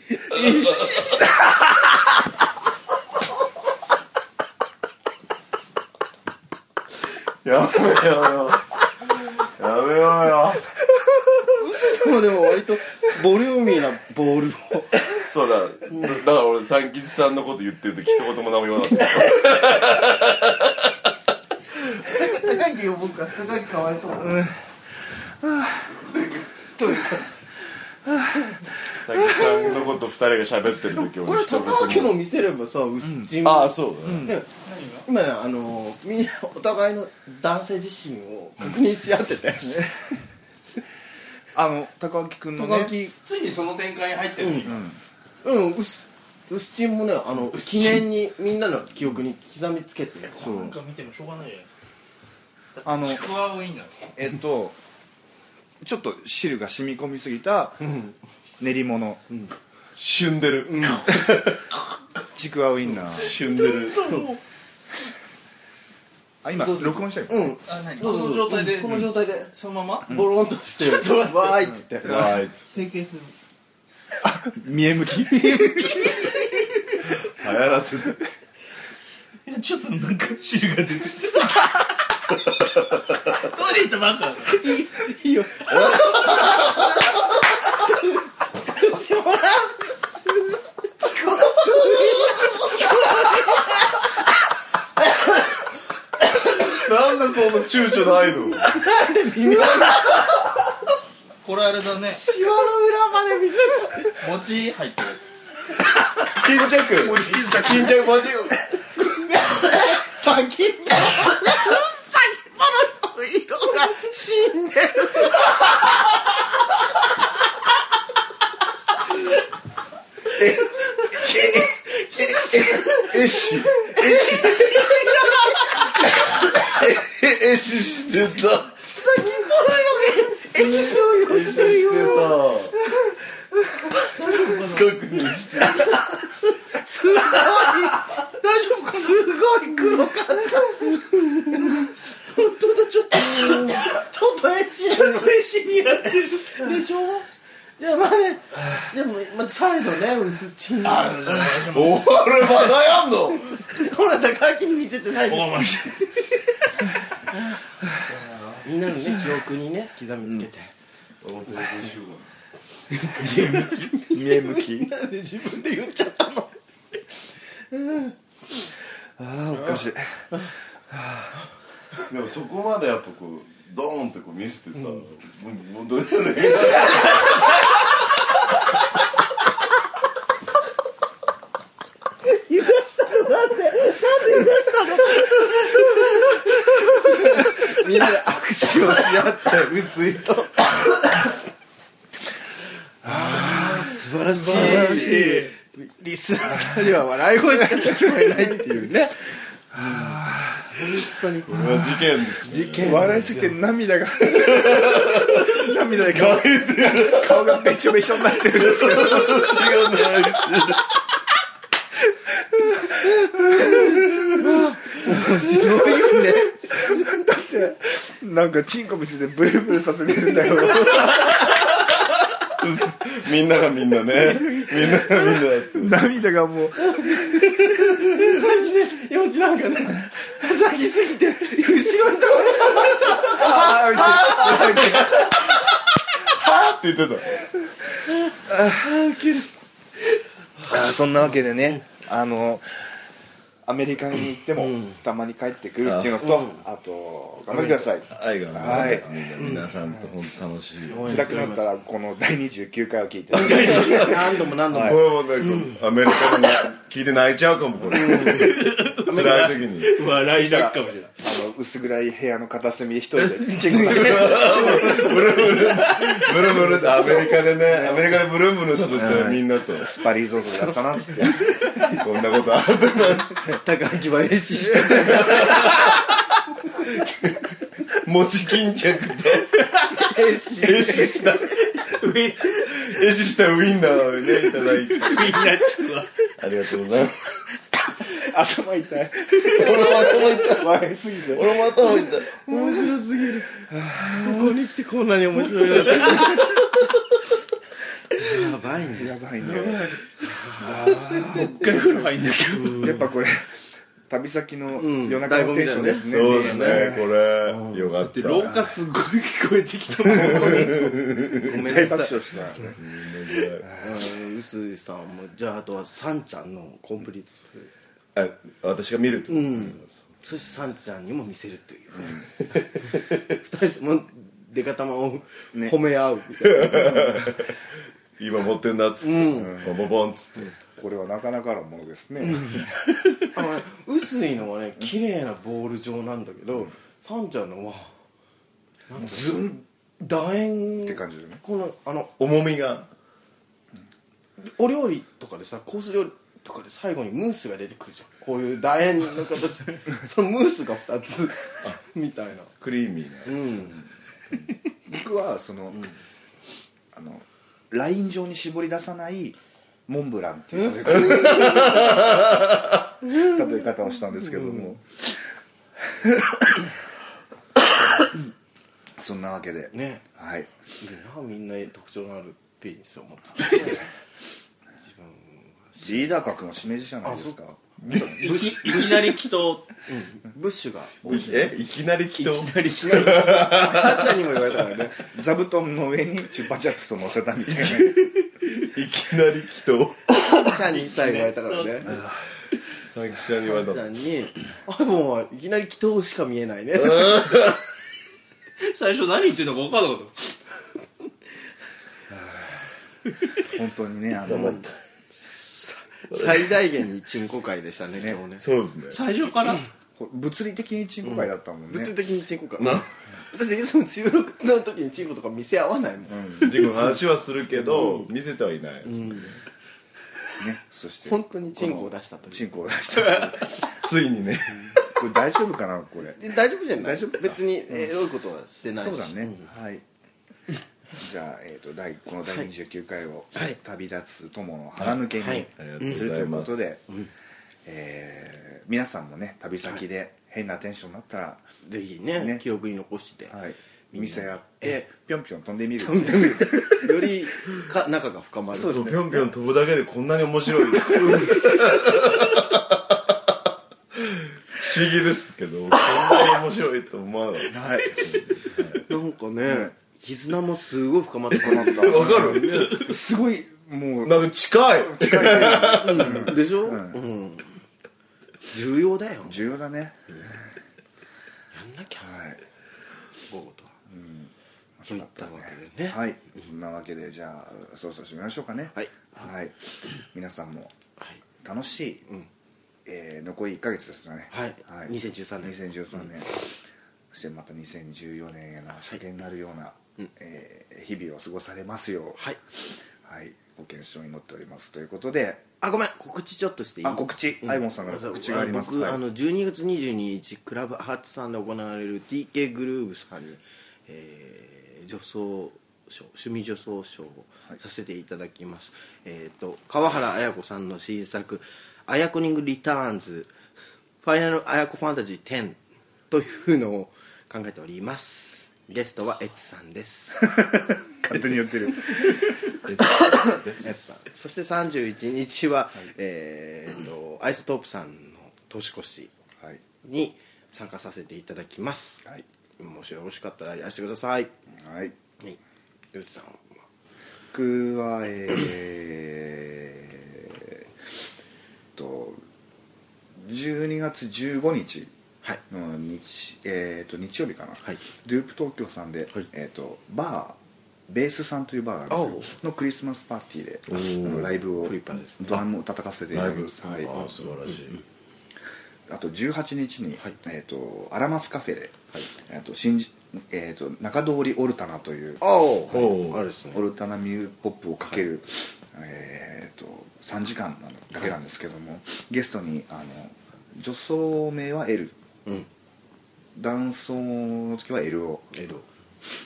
[SPEAKER 3] やめようよやめようよ
[SPEAKER 1] もうでも割とボリューミーなボールを
[SPEAKER 3] そうだだから俺三吉さんのこと言ってると一言も何も言わなかった
[SPEAKER 1] 高木呼ぼうか高木かわいそうというか
[SPEAKER 3] 三吉さんのこと二人が喋ってる時
[SPEAKER 1] これ
[SPEAKER 3] 俺一言も
[SPEAKER 1] 高木も見せればさ薄チーム
[SPEAKER 3] ああそうだね
[SPEAKER 1] ね今ねあのみんなお互いの男性自身を確認し合ってて
[SPEAKER 2] あの高木君のね
[SPEAKER 1] 高木
[SPEAKER 4] ついにその展開に入ってるの今、
[SPEAKER 1] うんうすうすちんもねあの記念にみんなの記憶に刻みつけて
[SPEAKER 2] そう
[SPEAKER 4] なんか見てもしょうがないじゃな
[SPEAKER 2] あ
[SPEAKER 4] い
[SPEAKER 2] の
[SPEAKER 4] ちくわ多いんだろ
[SPEAKER 2] えっとちょっと汁が染み込みすぎた
[SPEAKER 1] ん
[SPEAKER 2] 練り物、
[SPEAKER 3] 旬でる
[SPEAKER 2] ちくわウインナー
[SPEAKER 3] 旬でる
[SPEAKER 2] あ今録音したよ、
[SPEAKER 1] うん
[SPEAKER 4] あ何
[SPEAKER 1] ど
[SPEAKER 4] こ
[SPEAKER 1] うぞ
[SPEAKER 4] の状態で
[SPEAKER 1] うんこの状態で
[SPEAKER 4] そのまま
[SPEAKER 1] ボロンとしてるわーいっつって
[SPEAKER 3] わーいつ
[SPEAKER 4] 整形する
[SPEAKER 2] 見え向き
[SPEAKER 3] 流行らせて
[SPEAKER 4] いやちょっとなんか汁が出てるトイレ行ったばっかだから
[SPEAKER 1] いいようすちんもなちくわ
[SPEAKER 3] なんでそんな躊躇ないの
[SPEAKER 4] これあれだね
[SPEAKER 1] シワの裏まで見せる
[SPEAKER 4] 餅入ってるや
[SPEAKER 3] 巾着
[SPEAKER 2] もう一着
[SPEAKER 3] 巾着マジ
[SPEAKER 1] 先っぽ先っぽの色が死んでる
[SPEAKER 3] えしえしえしして
[SPEAKER 1] 先っ
[SPEAKER 3] た
[SPEAKER 1] ぽの色が液晶色してるよ
[SPEAKER 3] してた確認してた
[SPEAKER 1] すごい大丈夫かすごい黒かった本当だちょっとちょっと怪しいちょっと怪しいやってるでしょいやまあねでも、まあ、再度ね薄チンほ
[SPEAKER 4] つ
[SPEAKER 3] 俺まだやんの
[SPEAKER 1] ら高木に見せてない
[SPEAKER 4] お前
[SPEAKER 1] みんなのね記憶に ね刻みつけて、
[SPEAKER 2] 見え向き
[SPEAKER 1] なんで自分で言っちゃったの
[SPEAKER 2] ああおかしい
[SPEAKER 3] でもそこまでやっぱこうドーンってこう見せてさ、もうどうやね
[SPEAKER 1] みんなで握手をし合って薄いとああ素晴らしいリスナーさんには笑い声しか聞こえないっていうね
[SPEAKER 3] これは事件ですね
[SPEAKER 2] 笑いすぎて涙が 涙で顔顔がべちょべちょになってるんですけど
[SPEAKER 1] 面白いよね
[SPEAKER 2] なんかチンコ見せてブルブルさせてるんだよ
[SPEAKER 3] みんながみんなねみんながみんなだって
[SPEAKER 2] 涙がもう
[SPEAKER 1] さっきね幼児なんかね先すぎて後ろに倒れ
[SPEAKER 2] ああみたいな
[SPEAKER 3] あって言ってた
[SPEAKER 2] あーそんなわけでねあのアメリカに行ってもたまに帰ってくるっていうのと、あと頑張ってください
[SPEAKER 3] 愛がなかったですね皆さんと本当楽しいよ
[SPEAKER 2] 辛くなったらこの第29回を聞いて
[SPEAKER 1] 何度も何度も、
[SPEAKER 3] これもなんかアメリカのな聞いて泣いちゃうかもこれ辛い時に
[SPEAKER 4] 笑い
[SPEAKER 2] じゃ
[SPEAKER 4] だ
[SPEAKER 2] あ
[SPEAKER 4] っかもしれない
[SPEAKER 2] の薄暗い部屋の片隅で一人でチェック
[SPEAKER 3] ブルブルブルブルってアメリカでねアメリカでブルンブルンさせてみんなと
[SPEAKER 2] スパリゾートだったなって
[SPEAKER 3] こんなことあった
[SPEAKER 1] 高橋は演出して
[SPEAKER 3] 餅巾着と
[SPEAKER 1] 演出
[SPEAKER 3] 壊死した壊死したウィンナーをねいただいて
[SPEAKER 4] みんなちくわ
[SPEAKER 3] ありがとうございます
[SPEAKER 2] 頭痛い
[SPEAKER 3] 俺も頭痛い
[SPEAKER 2] 笑いすぎて
[SPEAKER 3] 俺も頭痛い
[SPEAKER 1] 面白すぎるここに来てこんなに面白いなってやばいね
[SPEAKER 2] やばいね
[SPEAKER 4] 一回風呂入んなきゃ
[SPEAKER 2] やっぱこれ旅先の
[SPEAKER 1] ん
[SPEAKER 2] 夜中のテンションですね,、
[SPEAKER 3] そうですねこれよかった
[SPEAKER 4] で廊下すごい聞こえてきたもん
[SPEAKER 1] ごめん
[SPEAKER 2] 大
[SPEAKER 1] な
[SPEAKER 2] 爆
[SPEAKER 1] さい
[SPEAKER 2] 笑した
[SPEAKER 1] うん臼井さんもじゃああとはさんちゃんのコンプリートする
[SPEAKER 3] あ私が見るってことですか、
[SPEAKER 1] そしてさんちゃんにも見せるという二人とも出方も褒め合うみたい
[SPEAKER 3] 今持ってんだっつって、ボンボンボンっつって
[SPEAKER 2] これはなかなかのものですね、
[SPEAKER 1] なあの臼井のはね綺麗なボール状なんだけどさんちゃんのはなんかず楕円って
[SPEAKER 2] 感じだね
[SPEAKER 1] このあの
[SPEAKER 3] 重みが
[SPEAKER 1] お料理とかでさコース料理とかで最後にムースが出てくるじゃんこういう楕円の 形でそのムースが2つみたいな
[SPEAKER 3] クリーミーな
[SPEAKER 1] うん
[SPEAKER 2] 僕はその、あのライン上に絞り出さないモンブランっていう例え方をしたんですけども、 そんなわけで、
[SPEAKER 1] ね
[SPEAKER 2] はい
[SPEAKER 1] いいなみんな特徴のあるペニスを持って
[SPEAKER 2] リーダー格の示しじゃないですか
[SPEAKER 4] いきいきなり祈祷
[SPEAKER 1] ブッシュが
[SPEAKER 3] えいきなり
[SPEAKER 4] い
[SPEAKER 3] き
[SPEAKER 4] き
[SPEAKER 3] と
[SPEAKER 4] なり祈祷
[SPEAKER 1] さっちゃんにも言われたから ね
[SPEAKER 2] 座布団の上にチュッパチャプスを乗せたみたいない
[SPEAKER 3] きなりきと
[SPEAKER 1] さっちゃんにさえ言われた からね
[SPEAKER 3] 佐々木ちゃんに言わ
[SPEAKER 1] さ
[SPEAKER 3] れた
[SPEAKER 1] っ
[SPEAKER 3] い
[SPEAKER 1] ちゃんに「アイボンはいきなり祈祷しか見えない ね」
[SPEAKER 4] 最初何言ってんのか分かんなかった
[SPEAKER 2] 本当にねあの
[SPEAKER 1] 最大限に鎮古会でしたね今日ね
[SPEAKER 3] そうですね
[SPEAKER 4] 最初から
[SPEAKER 2] これ物理的にチンコ会だったもんね、
[SPEAKER 1] 物理的に鎮古会だっていつも収録の時に鎮古とか見せ合わないもん
[SPEAKER 3] 事故の話はするけど見せてはいない、
[SPEAKER 2] ねそして
[SPEAKER 1] 本当にチンコを出したという
[SPEAKER 2] チンコを出した
[SPEAKER 3] ついにね
[SPEAKER 2] これ大丈夫かなこれ
[SPEAKER 1] で大丈夫じゃない
[SPEAKER 2] 大丈夫か
[SPEAKER 1] 別にエロいことはしてないし
[SPEAKER 2] そうだね、はい じゃあ、えー、と第この第29回を、旅立つ友の腹抜けに、
[SPEAKER 1] はい
[SPEAKER 3] ありがとうございます
[SPEAKER 2] するということで、えー皆さんもね旅先で変なテンションになったら、
[SPEAKER 1] ぜひね
[SPEAKER 2] ね
[SPEAKER 1] 記録に残して、
[SPEAKER 2] はい、
[SPEAKER 1] みんな
[SPEAKER 2] 店やってぴょんぴょん飛んでみる
[SPEAKER 1] 本当によりか仲が深まる
[SPEAKER 3] そうぴょんぴょん飛ぶだけでこんなに面白い不思議ですけどこんなに面白いと思わなかった
[SPEAKER 2] はい、
[SPEAKER 1] なんかね、絆もすごい深まってこなった
[SPEAKER 3] わかる
[SPEAKER 2] すごいもう
[SPEAKER 3] なんか近い
[SPEAKER 1] うんでしょ、うん重要だよ
[SPEAKER 2] 重要だね
[SPEAKER 1] やんなきゃ
[SPEAKER 2] はい
[SPEAKER 1] 午後とは、そういったわけでね、
[SPEAKER 2] はい、そんなわけでじゃあそろそろ締めましょうかね
[SPEAKER 1] はい、
[SPEAKER 2] はい、皆さんも
[SPEAKER 1] はい
[SPEAKER 2] 楽しい、
[SPEAKER 1] ん
[SPEAKER 2] えー残り1ヶ月ですかね
[SPEAKER 1] はい2013年
[SPEAKER 2] 2013年、そしてまた2014年への初見になるような、えー日々を過ごされますよう
[SPEAKER 1] はい
[SPEAKER 2] はい、ご健勝に乗っておりますということで
[SPEAKER 1] あごめん告知ちょっとしていい
[SPEAKER 2] あ告知、アイボンさんから告知があります
[SPEAKER 1] 僕、
[SPEAKER 2] はい
[SPEAKER 1] あの12月22日クラブハーツさんで行われる TK グルーヴさんに、えー、女装賞趣味女装賞をさせていただきます、えっ、と川原綾子さんの新作「アヤコニングリターンズファイナルアヤコファンタジー10」というのを考えておりますゲストはエツさんです
[SPEAKER 2] 勝手に 言ってる
[SPEAKER 1] そして31日は、えー、とアイソトープさんの年越し
[SPEAKER 2] はい、
[SPEAKER 1] に参加させていただきます、
[SPEAKER 2] はい
[SPEAKER 1] もしよろしかったらいらしてください
[SPEAKER 2] はい、
[SPEAKER 1] はいよしさんは
[SPEAKER 2] 僕はえー、えーっと12月15日
[SPEAKER 5] はい
[SPEAKER 2] の日,、えー、と日曜日かな、
[SPEAKER 5] はい
[SPEAKER 2] ループ東京さんで、
[SPEAKER 5] はい
[SPEAKER 2] えー、とバーベースさんというバーがあるんですよのクリスマスパーティーで
[SPEAKER 3] おー
[SPEAKER 2] あのライブを
[SPEAKER 5] クリパーですね
[SPEAKER 2] ドラムを叩かせていた
[SPEAKER 3] ライ
[SPEAKER 2] だき
[SPEAKER 3] ブ
[SPEAKER 2] ます、はい
[SPEAKER 3] ああ素晴らしい
[SPEAKER 2] あと18日に、
[SPEAKER 5] はい
[SPEAKER 2] えー、とアラマスカフェで、えーと新じえー、と中通りオルタナという
[SPEAKER 5] お
[SPEAKER 3] お
[SPEAKER 5] お
[SPEAKER 3] う
[SPEAKER 5] あれですね
[SPEAKER 2] オルタナミューポップをかける、えー、と3時間なんだけなんですけども、ゲストにあの女装名は L
[SPEAKER 5] うん
[SPEAKER 2] 男装の時は LO
[SPEAKER 5] エロ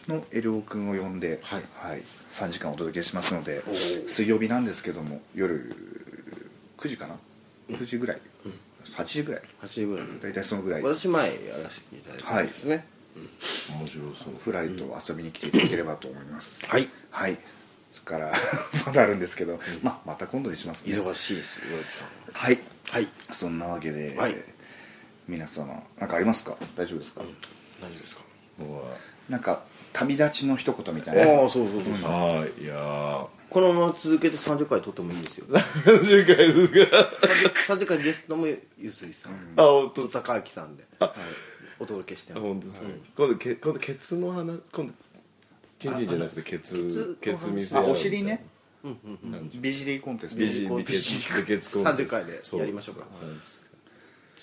[SPEAKER 2] の LO 君を呼んで、
[SPEAKER 5] はい
[SPEAKER 2] 3時間お届けしますので
[SPEAKER 5] お
[SPEAKER 2] 水曜日なんですけども夜9時かな9時ぐらい、8時ぐらい
[SPEAKER 5] 8時ぐらい
[SPEAKER 2] 大体そのぐらい
[SPEAKER 5] 私前やらせていただいたんですね
[SPEAKER 3] 面白そう
[SPEAKER 2] ふらりと遊びに来ていただければと思います、
[SPEAKER 5] はい
[SPEAKER 2] はいそれから まだあるんですけど、まあ、また今度にしますね
[SPEAKER 5] 忙しいです岩内さん
[SPEAKER 2] はい
[SPEAKER 5] はい
[SPEAKER 2] そんなわけで、
[SPEAKER 5] はい
[SPEAKER 2] 皆様何かありますか大丈夫ですか、
[SPEAKER 5] 大丈夫ですか
[SPEAKER 3] 僕は
[SPEAKER 2] なんか旅立ちの一言みたいな
[SPEAKER 5] ああそうそうそうそう
[SPEAKER 3] はいいやー
[SPEAKER 5] このまま続けて30回撮ってもいいん ですよ
[SPEAKER 3] 30回ですか
[SPEAKER 5] 30回ゲストもゆすいさん
[SPEAKER 3] あ本当
[SPEAKER 5] と
[SPEAKER 3] です
[SPEAKER 5] 坂明さんではいお届けして
[SPEAKER 3] あ
[SPEAKER 5] ます
[SPEAKER 3] 本当ですね今度け今度ケツの話今度チンチンじゃなくてケツ
[SPEAKER 5] ケ
[SPEAKER 3] ケ
[SPEAKER 5] ツ
[SPEAKER 3] ツ
[SPEAKER 5] の話
[SPEAKER 3] 見せ
[SPEAKER 2] あ
[SPEAKER 3] 合うみたいな
[SPEAKER 2] お尻ね
[SPEAKER 3] 30
[SPEAKER 2] ビジリーコンテスト
[SPEAKER 3] 美人
[SPEAKER 5] コン
[SPEAKER 3] 美
[SPEAKER 5] テ
[SPEAKER 3] 血美血コンテスト
[SPEAKER 5] 30回でやりましょうか
[SPEAKER 3] そです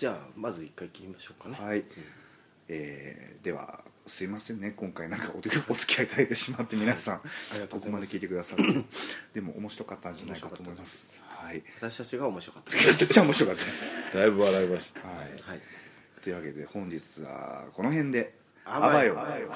[SPEAKER 5] じゃあまず一回切りましょうかね
[SPEAKER 2] はい、えーではすいませんね今回なんかおお付き合いいただいてしまって皆さん
[SPEAKER 5] りがと
[SPEAKER 2] こ
[SPEAKER 5] うご
[SPEAKER 2] こ
[SPEAKER 5] ざい
[SPEAKER 2] ま
[SPEAKER 5] ます
[SPEAKER 2] で聞いてくださってでも面白かったんじゃないかと思いますはい
[SPEAKER 5] 私たちが面白かったです
[SPEAKER 2] 私たちは面白かったです、
[SPEAKER 3] だいぶ笑いました
[SPEAKER 2] はい、
[SPEAKER 5] はい
[SPEAKER 2] というわけで本日はこの辺で
[SPEAKER 5] あばよ
[SPEAKER 2] あばよ